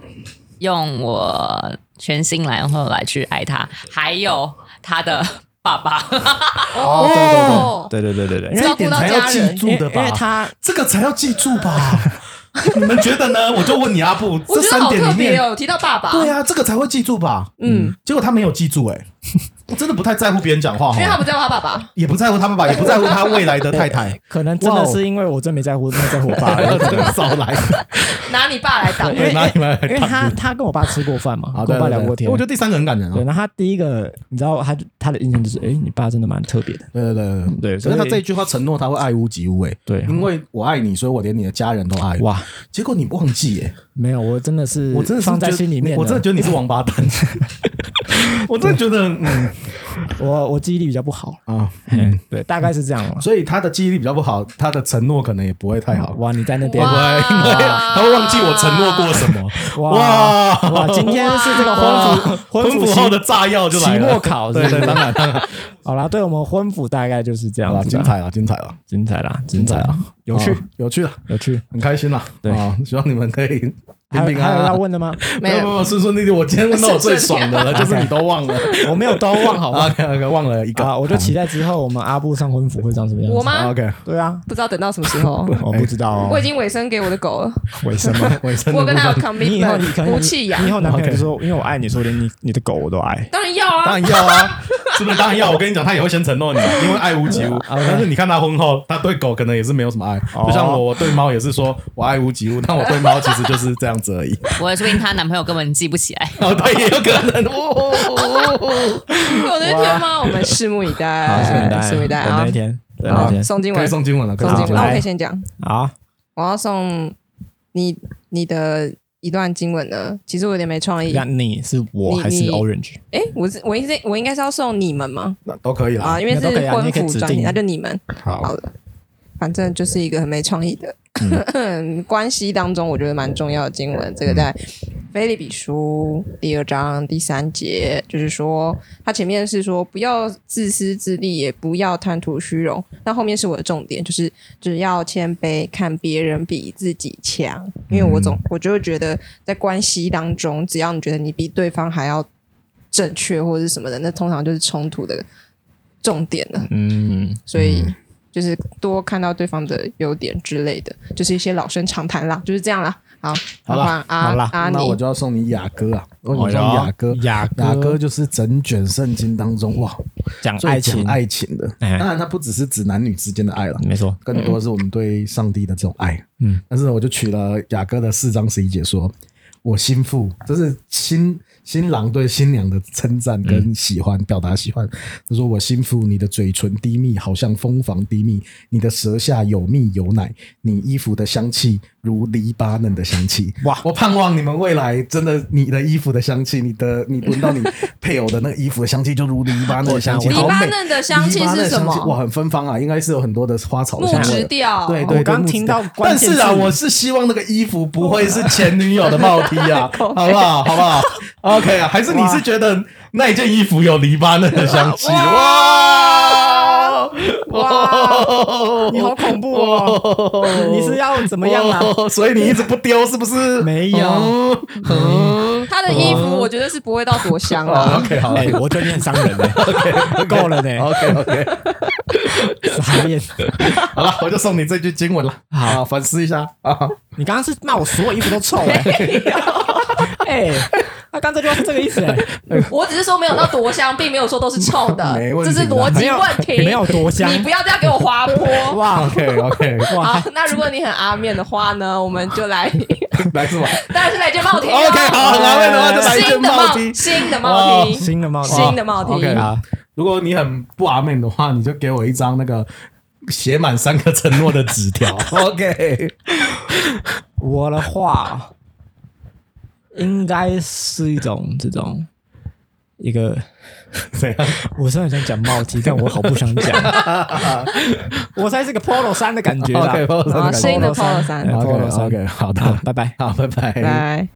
[SPEAKER 3] 用我全心来然后来去爱他，还有他的爸爸，
[SPEAKER 2] 哦，
[SPEAKER 1] 对对对对对，因为
[SPEAKER 4] 这一点才要记住
[SPEAKER 1] 因
[SPEAKER 4] 的
[SPEAKER 1] 为因为
[SPEAKER 4] 吧？
[SPEAKER 1] 他
[SPEAKER 4] 这个才要记住吧？ 你们觉得呢？我就问你阿布，
[SPEAKER 2] 我觉
[SPEAKER 4] 这
[SPEAKER 2] 得
[SPEAKER 4] 三
[SPEAKER 2] 好
[SPEAKER 4] 点里
[SPEAKER 2] 特别
[SPEAKER 4] 面，
[SPEAKER 2] 哦，提到爸爸，
[SPEAKER 4] 对啊，这个才会记住吧？
[SPEAKER 2] 嗯，
[SPEAKER 4] 结果他没有记住，哎，我真的不太在乎别人讲话，
[SPEAKER 2] 因为他
[SPEAKER 4] 哈，
[SPEAKER 2] 不叫他爸爸，
[SPEAKER 4] 也不在乎他 爸爸，也不在乎他未来的太太。
[SPEAKER 1] 可能真的是因为我真没在乎，没 在乎我爸，
[SPEAKER 4] 少 来，
[SPEAKER 2] 拿你爸来 挡，
[SPEAKER 1] 因为
[SPEAKER 4] 拿你们来
[SPEAKER 1] 因为他他跟我爸吃过饭 嘛，跟我爸聊过天
[SPEAKER 4] 我。觉得第三个很感人啊
[SPEAKER 1] 对，。那他第一个，你知道他他的印象就是，哎，你爸真的蛮特别的。
[SPEAKER 4] 对对对对
[SPEAKER 1] 对
[SPEAKER 4] 所
[SPEAKER 1] 所
[SPEAKER 4] 以
[SPEAKER 1] 以
[SPEAKER 4] 他这一句话承诺他会爱屋及乌，哎，
[SPEAKER 1] 对
[SPEAKER 4] 因为我爱你，所以我连你的家人都爱。哇，
[SPEAKER 1] 哇，
[SPEAKER 4] 结果你忘记耶，
[SPEAKER 1] 没有，我真的是
[SPEAKER 4] 我真的
[SPEAKER 1] 嗯
[SPEAKER 4] 是
[SPEAKER 1] 放在
[SPEAKER 4] 觉得
[SPEAKER 1] 心里面，
[SPEAKER 4] 我真的觉得你是王 八蛋，我真的觉得嗯
[SPEAKER 1] 得我我记忆力比较不好，
[SPEAKER 4] 啊，
[SPEAKER 1] 嗯，对，大概是这样了。
[SPEAKER 4] 所以他的记忆力比较不好，他的承诺可能也不会太好。
[SPEAKER 1] 哇，你在那边
[SPEAKER 4] 对，
[SPEAKER 2] 哇
[SPEAKER 4] 因为他会忘记我承诺过什么。
[SPEAKER 1] 哇
[SPEAKER 4] 哇
[SPEAKER 1] 哇，今天是这个
[SPEAKER 4] 哇
[SPEAKER 1] 婚服
[SPEAKER 4] 婚
[SPEAKER 1] 服
[SPEAKER 4] 服
[SPEAKER 1] 期
[SPEAKER 4] 后的炸药就来
[SPEAKER 1] 期
[SPEAKER 4] 了，
[SPEAKER 1] 末考，
[SPEAKER 4] 对对，当然，当然
[SPEAKER 1] 好啦，对我们婚服大概就是这
[SPEAKER 4] 好了，
[SPEAKER 1] 样子啊
[SPEAKER 4] 精
[SPEAKER 1] 啦，
[SPEAKER 4] 彩了，精彩了，
[SPEAKER 1] 精彩啦，精彩啦，有趣啊哦
[SPEAKER 4] 啊，有趣了。
[SPEAKER 1] 有趣，
[SPEAKER 4] 很开心啦，
[SPEAKER 1] 对
[SPEAKER 4] 啊，希望你们可以
[SPEAKER 1] 还
[SPEAKER 4] 平
[SPEAKER 1] 有
[SPEAKER 4] 平安
[SPEAKER 1] 还
[SPEAKER 4] 安
[SPEAKER 1] 有要问的 吗？
[SPEAKER 2] 没
[SPEAKER 4] 没
[SPEAKER 2] 有，
[SPEAKER 4] 有，顺顺利利。我今天问到我最爽 的了，就是你都忘了，
[SPEAKER 1] 我没有都忘好吗？
[SPEAKER 4] OK OK，忘了一个。
[SPEAKER 1] 啊，我就期待之后我们阿布上婚服会长什么样子。
[SPEAKER 2] 我吗？
[SPEAKER 4] OK，
[SPEAKER 1] 对 啊，
[SPEAKER 2] 不知道等到什么时候。
[SPEAKER 1] 我不知道哦。
[SPEAKER 2] 我已经尾声给我的狗了，
[SPEAKER 1] 为 什 么？
[SPEAKER 4] 尾声的
[SPEAKER 2] 我跟它有
[SPEAKER 4] 部分
[SPEAKER 1] 你以后你可
[SPEAKER 2] commitment，
[SPEAKER 1] 能
[SPEAKER 2] 不弃养
[SPEAKER 1] 你以，后男朋友就说，因为我爱你，说连你你的狗我都爱。
[SPEAKER 2] 当然要啊
[SPEAKER 4] 当。然要 啊，是不是？当然要。我跟你讲，他也会先承诺你，因为爱屋及乌。但是你看他婚后，他对狗可能也是没有什么爱，
[SPEAKER 1] 哦
[SPEAKER 4] 就像我，我对猫也是说我爱屋及乌，但我对猫其实就是这样子而已。
[SPEAKER 3] 我说不定她男朋友根本记不起来。
[SPEAKER 4] 哦，对，也有可能哦。
[SPEAKER 2] 有那天吗？我们拭目以待，
[SPEAKER 1] 好，顺便带，
[SPEAKER 2] 拭目以待
[SPEAKER 1] 等
[SPEAKER 2] 啊
[SPEAKER 1] 那一！天，等那一
[SPEAKER 2] 好，
[SPEAKER 1] 天。
[SPEAKER 2] 送经
[SPEAKER 4] 可以
[SPEAKER 2] 文，
[SPEAKER 4] 送经文了，可以
[SPEAKER 2] 送经
[SPEAKER 4] 送
[SPEAKER 2] 文。
[SPEAKER 4] 经文。
[SPEAKER 2] 那
[SPEAKER 1] 来
[SPEAKER 2] 我可以先讲，
[SPEAKER 1] 好，
[SPEAKER 2] 我要送你你的一段经文了。其实我有点没创意。
[SPEAKER 1] 那你是我还是
[SPEAKER 2] 你你
[SPEAKER 1] Orange？
[SPEAKER 2] 哎，我是我应该我应该是要送你们吗？
[SPEAKER 4] 那都可以啦
[SPEAKER 2] 啊，。因为是
[SPEAKER 1] 那都可以啊
[SPEAKER 2] 婚
[SPEAKER 1] 你可以
[SPEAKER 2] 服
[SPEAKER 1] 指
[SPEAKER 2] 专题，
[SPEAKER 1] 定
[SPEAKER 2] 那就你们。
[SPEAKER 4] 好
[SPEAKER 2] 好，的，反正就是一个很没创意的、 关系当中，我觉得蛮重要的经文。这个在菲利比书第二章第三节，就是说，它前面是说不要自私自利，也不要贪图虚荣。那后面是我的重点，就是只要谦卑，看别人比自己强。因为我总我就会觉得，在关系当中，只要你觉得你比对方还要正确或者是什么的，那通常就是冲突的重点了。
[SPEAKER 1] 嗯，
[SPEAKER 2] 所以就是多看到对方的优点之类的，就是一些老生常谈啦，就是这样啦。好，啊
[SPEAKER 4] 好啦
[SPEAKER 2] 啦，
[SPEAKER 1] 好
[SPEAKER 2] 阿
[SPEAKER 1] 啦
[SPEAKER 2] 阿
[SPEAKER 4] 那我
[SPEAKER 2] 尼，
[SPEAKER 4] 就要送你雅歌啊，我送雅歌。
[SPEAKER 1] 哦雅哥，
[SPEAKER 4] 雅歌就是整卷圣经当中哇，
[SPEAKER 1] 讲
[SPEAKER 4] 最
[SPEAKER 1] 爱
[SPEAKER 4] 讲
[SPEAKER 1] 情，
[SPEAKER 4] 爱情的。
[SPEAKER 1] 哎
[SPEAKER 4] 当然，它不只是指男女之间的爱了，
[SPEAKER 1] 没错，
[SPEAKER 4] 更多是我们对上帝的这种爱。
[SPEAKER 1] 嗯，
[SPEAKER 4] 但是呢我就取了雅歌的四章十一节说：“我心腹，这是新新郎对新娘的称赞跟喜欢，表达喜欢。他说：“我心腹，你的嘴唇低密，好像蜂房低密；你的舌下有蜜有奶，你衣服的香气如黎巴嫩的香气。”
[SPEAKER 1] 哇
[SPEAKER 4] 我盼望你们未来真的，你的衣服的香气，你的你闻到你配偶的那个衣服的香气，就如黎巴嫩的香气，
[SPEAKER 1] 我
[SPEAKER 4] 好
[SPEAKER 2] 黎巴
[SPEAKER 4] 美。
[SPEAKER 2] 嫩的香气
[SPEAKER 4] 黎巴嫩
[SPEAKER 2] 是
[SPEAKER 4] 的
[SPEAKER 2] 什
[SPEAKER 4] 香气哇，
[SPEAKER 2] 么？
[SPEAKER 4] 很芬芳啊，应该是有很多的花草
[SPEAKER 2] 木
[SPEAKER 4] 香味
[SPEAKER 2] 质。调。
[SPEAKER 4] 对
[SPEAKER 1] 我
[SPEAKER 4] 对，
[SPEAKER 1] 刚
[SPEAKER 4] 对
[SPEAKER 1] 听到
[SPEAKER 4] 木质调
[SPEAKER 1] 关
[SPEAKER 4] 但
[SPEAKER 1] 键
[SPEAKER 4] 是啊，
[SPEAKER 1] 字
[SPEAKER 4] 我是希望那个衣服不会是前女友的帽 T 啊，好不好？好不好？OK 啊，还是你是觉得那一件衣服有黎巴嫩的香气？哇！哇
[SPEAKER 1] 你好恐怖哦！你是要怎么样啊？
[SPEAKER 4] 哦所以你一直不丢是不是？
[SPEAKER 1] 没有
[SPEAKER 4] 哦哦
[SPEAKER 2] 他的衣服我觉得是不会到多香
[SPEAKER 4] 哦
[SPEAKER 2] 啦。
[SPEAKER 4] OK，好
[SPEAKER 1] 哎，我对面伤人呢，够了呢，
[SPEAKER 4] ，OK OK，
[SPEAKER 1] 傻眼。
[SPEAKER 4] 好了，我就送你这句经文了。好，反思一下啊。
[SPEAKER 1] 你刚刚是骂我所有衣服都臭哎， 哎，他刚才就这个意思哎，
[SPEAKER 2] 我只是说没有到多香，并没有说都是臭的
[SPEAKER 4] 没，问
[SPEAKER 2] 这
[SPEAKER 4] 题
[SPEAKER 2] 是逻辑问题。
[SPEAKER 1] 没有多香
[SPEAKER 2] 你不要这样给我滑 坡。
[SPEAKER 1] 哇
[SPEAKER 4] OK OK，
[SPEAKER 1] 哇
[SPEAKER 2] 好，，那如果你很阿面的话呢，我们就来，
[SPEAKER 4] 来自我。
[SPEAKER 2] 当然是来件帽 T 咯
[SPEAKER 4] OK，好，来位的话就来一
[SPEAKER 2] 哦新
[SPEAKER 4] 件
[SPEAKER 2] 的
[SPEAKER 4] 帽
[SPEAKER 2] 帽，
[SPEAKER 4] T。
[SPEAKER 2] 新的帽 T，
[SPEAKER 1] 新的帽子，
[SPEAKER 2] 新的帽 T。
[SPEAKER 1] 嗯
[SPEAKER 4] OK 啊，如果你很不阿面的话，你就给我一张那个写满三个承诺的纸 条。OK，
[SPEAKER 1] 我的话，应该是一种这种一个，
[SPEAKER 4] 怎样？
[SPEAKER 1] 我虽然想讲帽 T，但我好不想讲， 我才是个 polo 衫的感觉啦。
[SPEAKER 4] OK，
[SPEAKER 2] 啊，新的 Polo 衫
[SPEAKER 1] 哎。
[SPEAKER 4] OK，OK，好的，
[SPEAKER 1] 拜拜。
[SPEAKER 4] 好，拜拜。
[SPEAKER 2] 拜。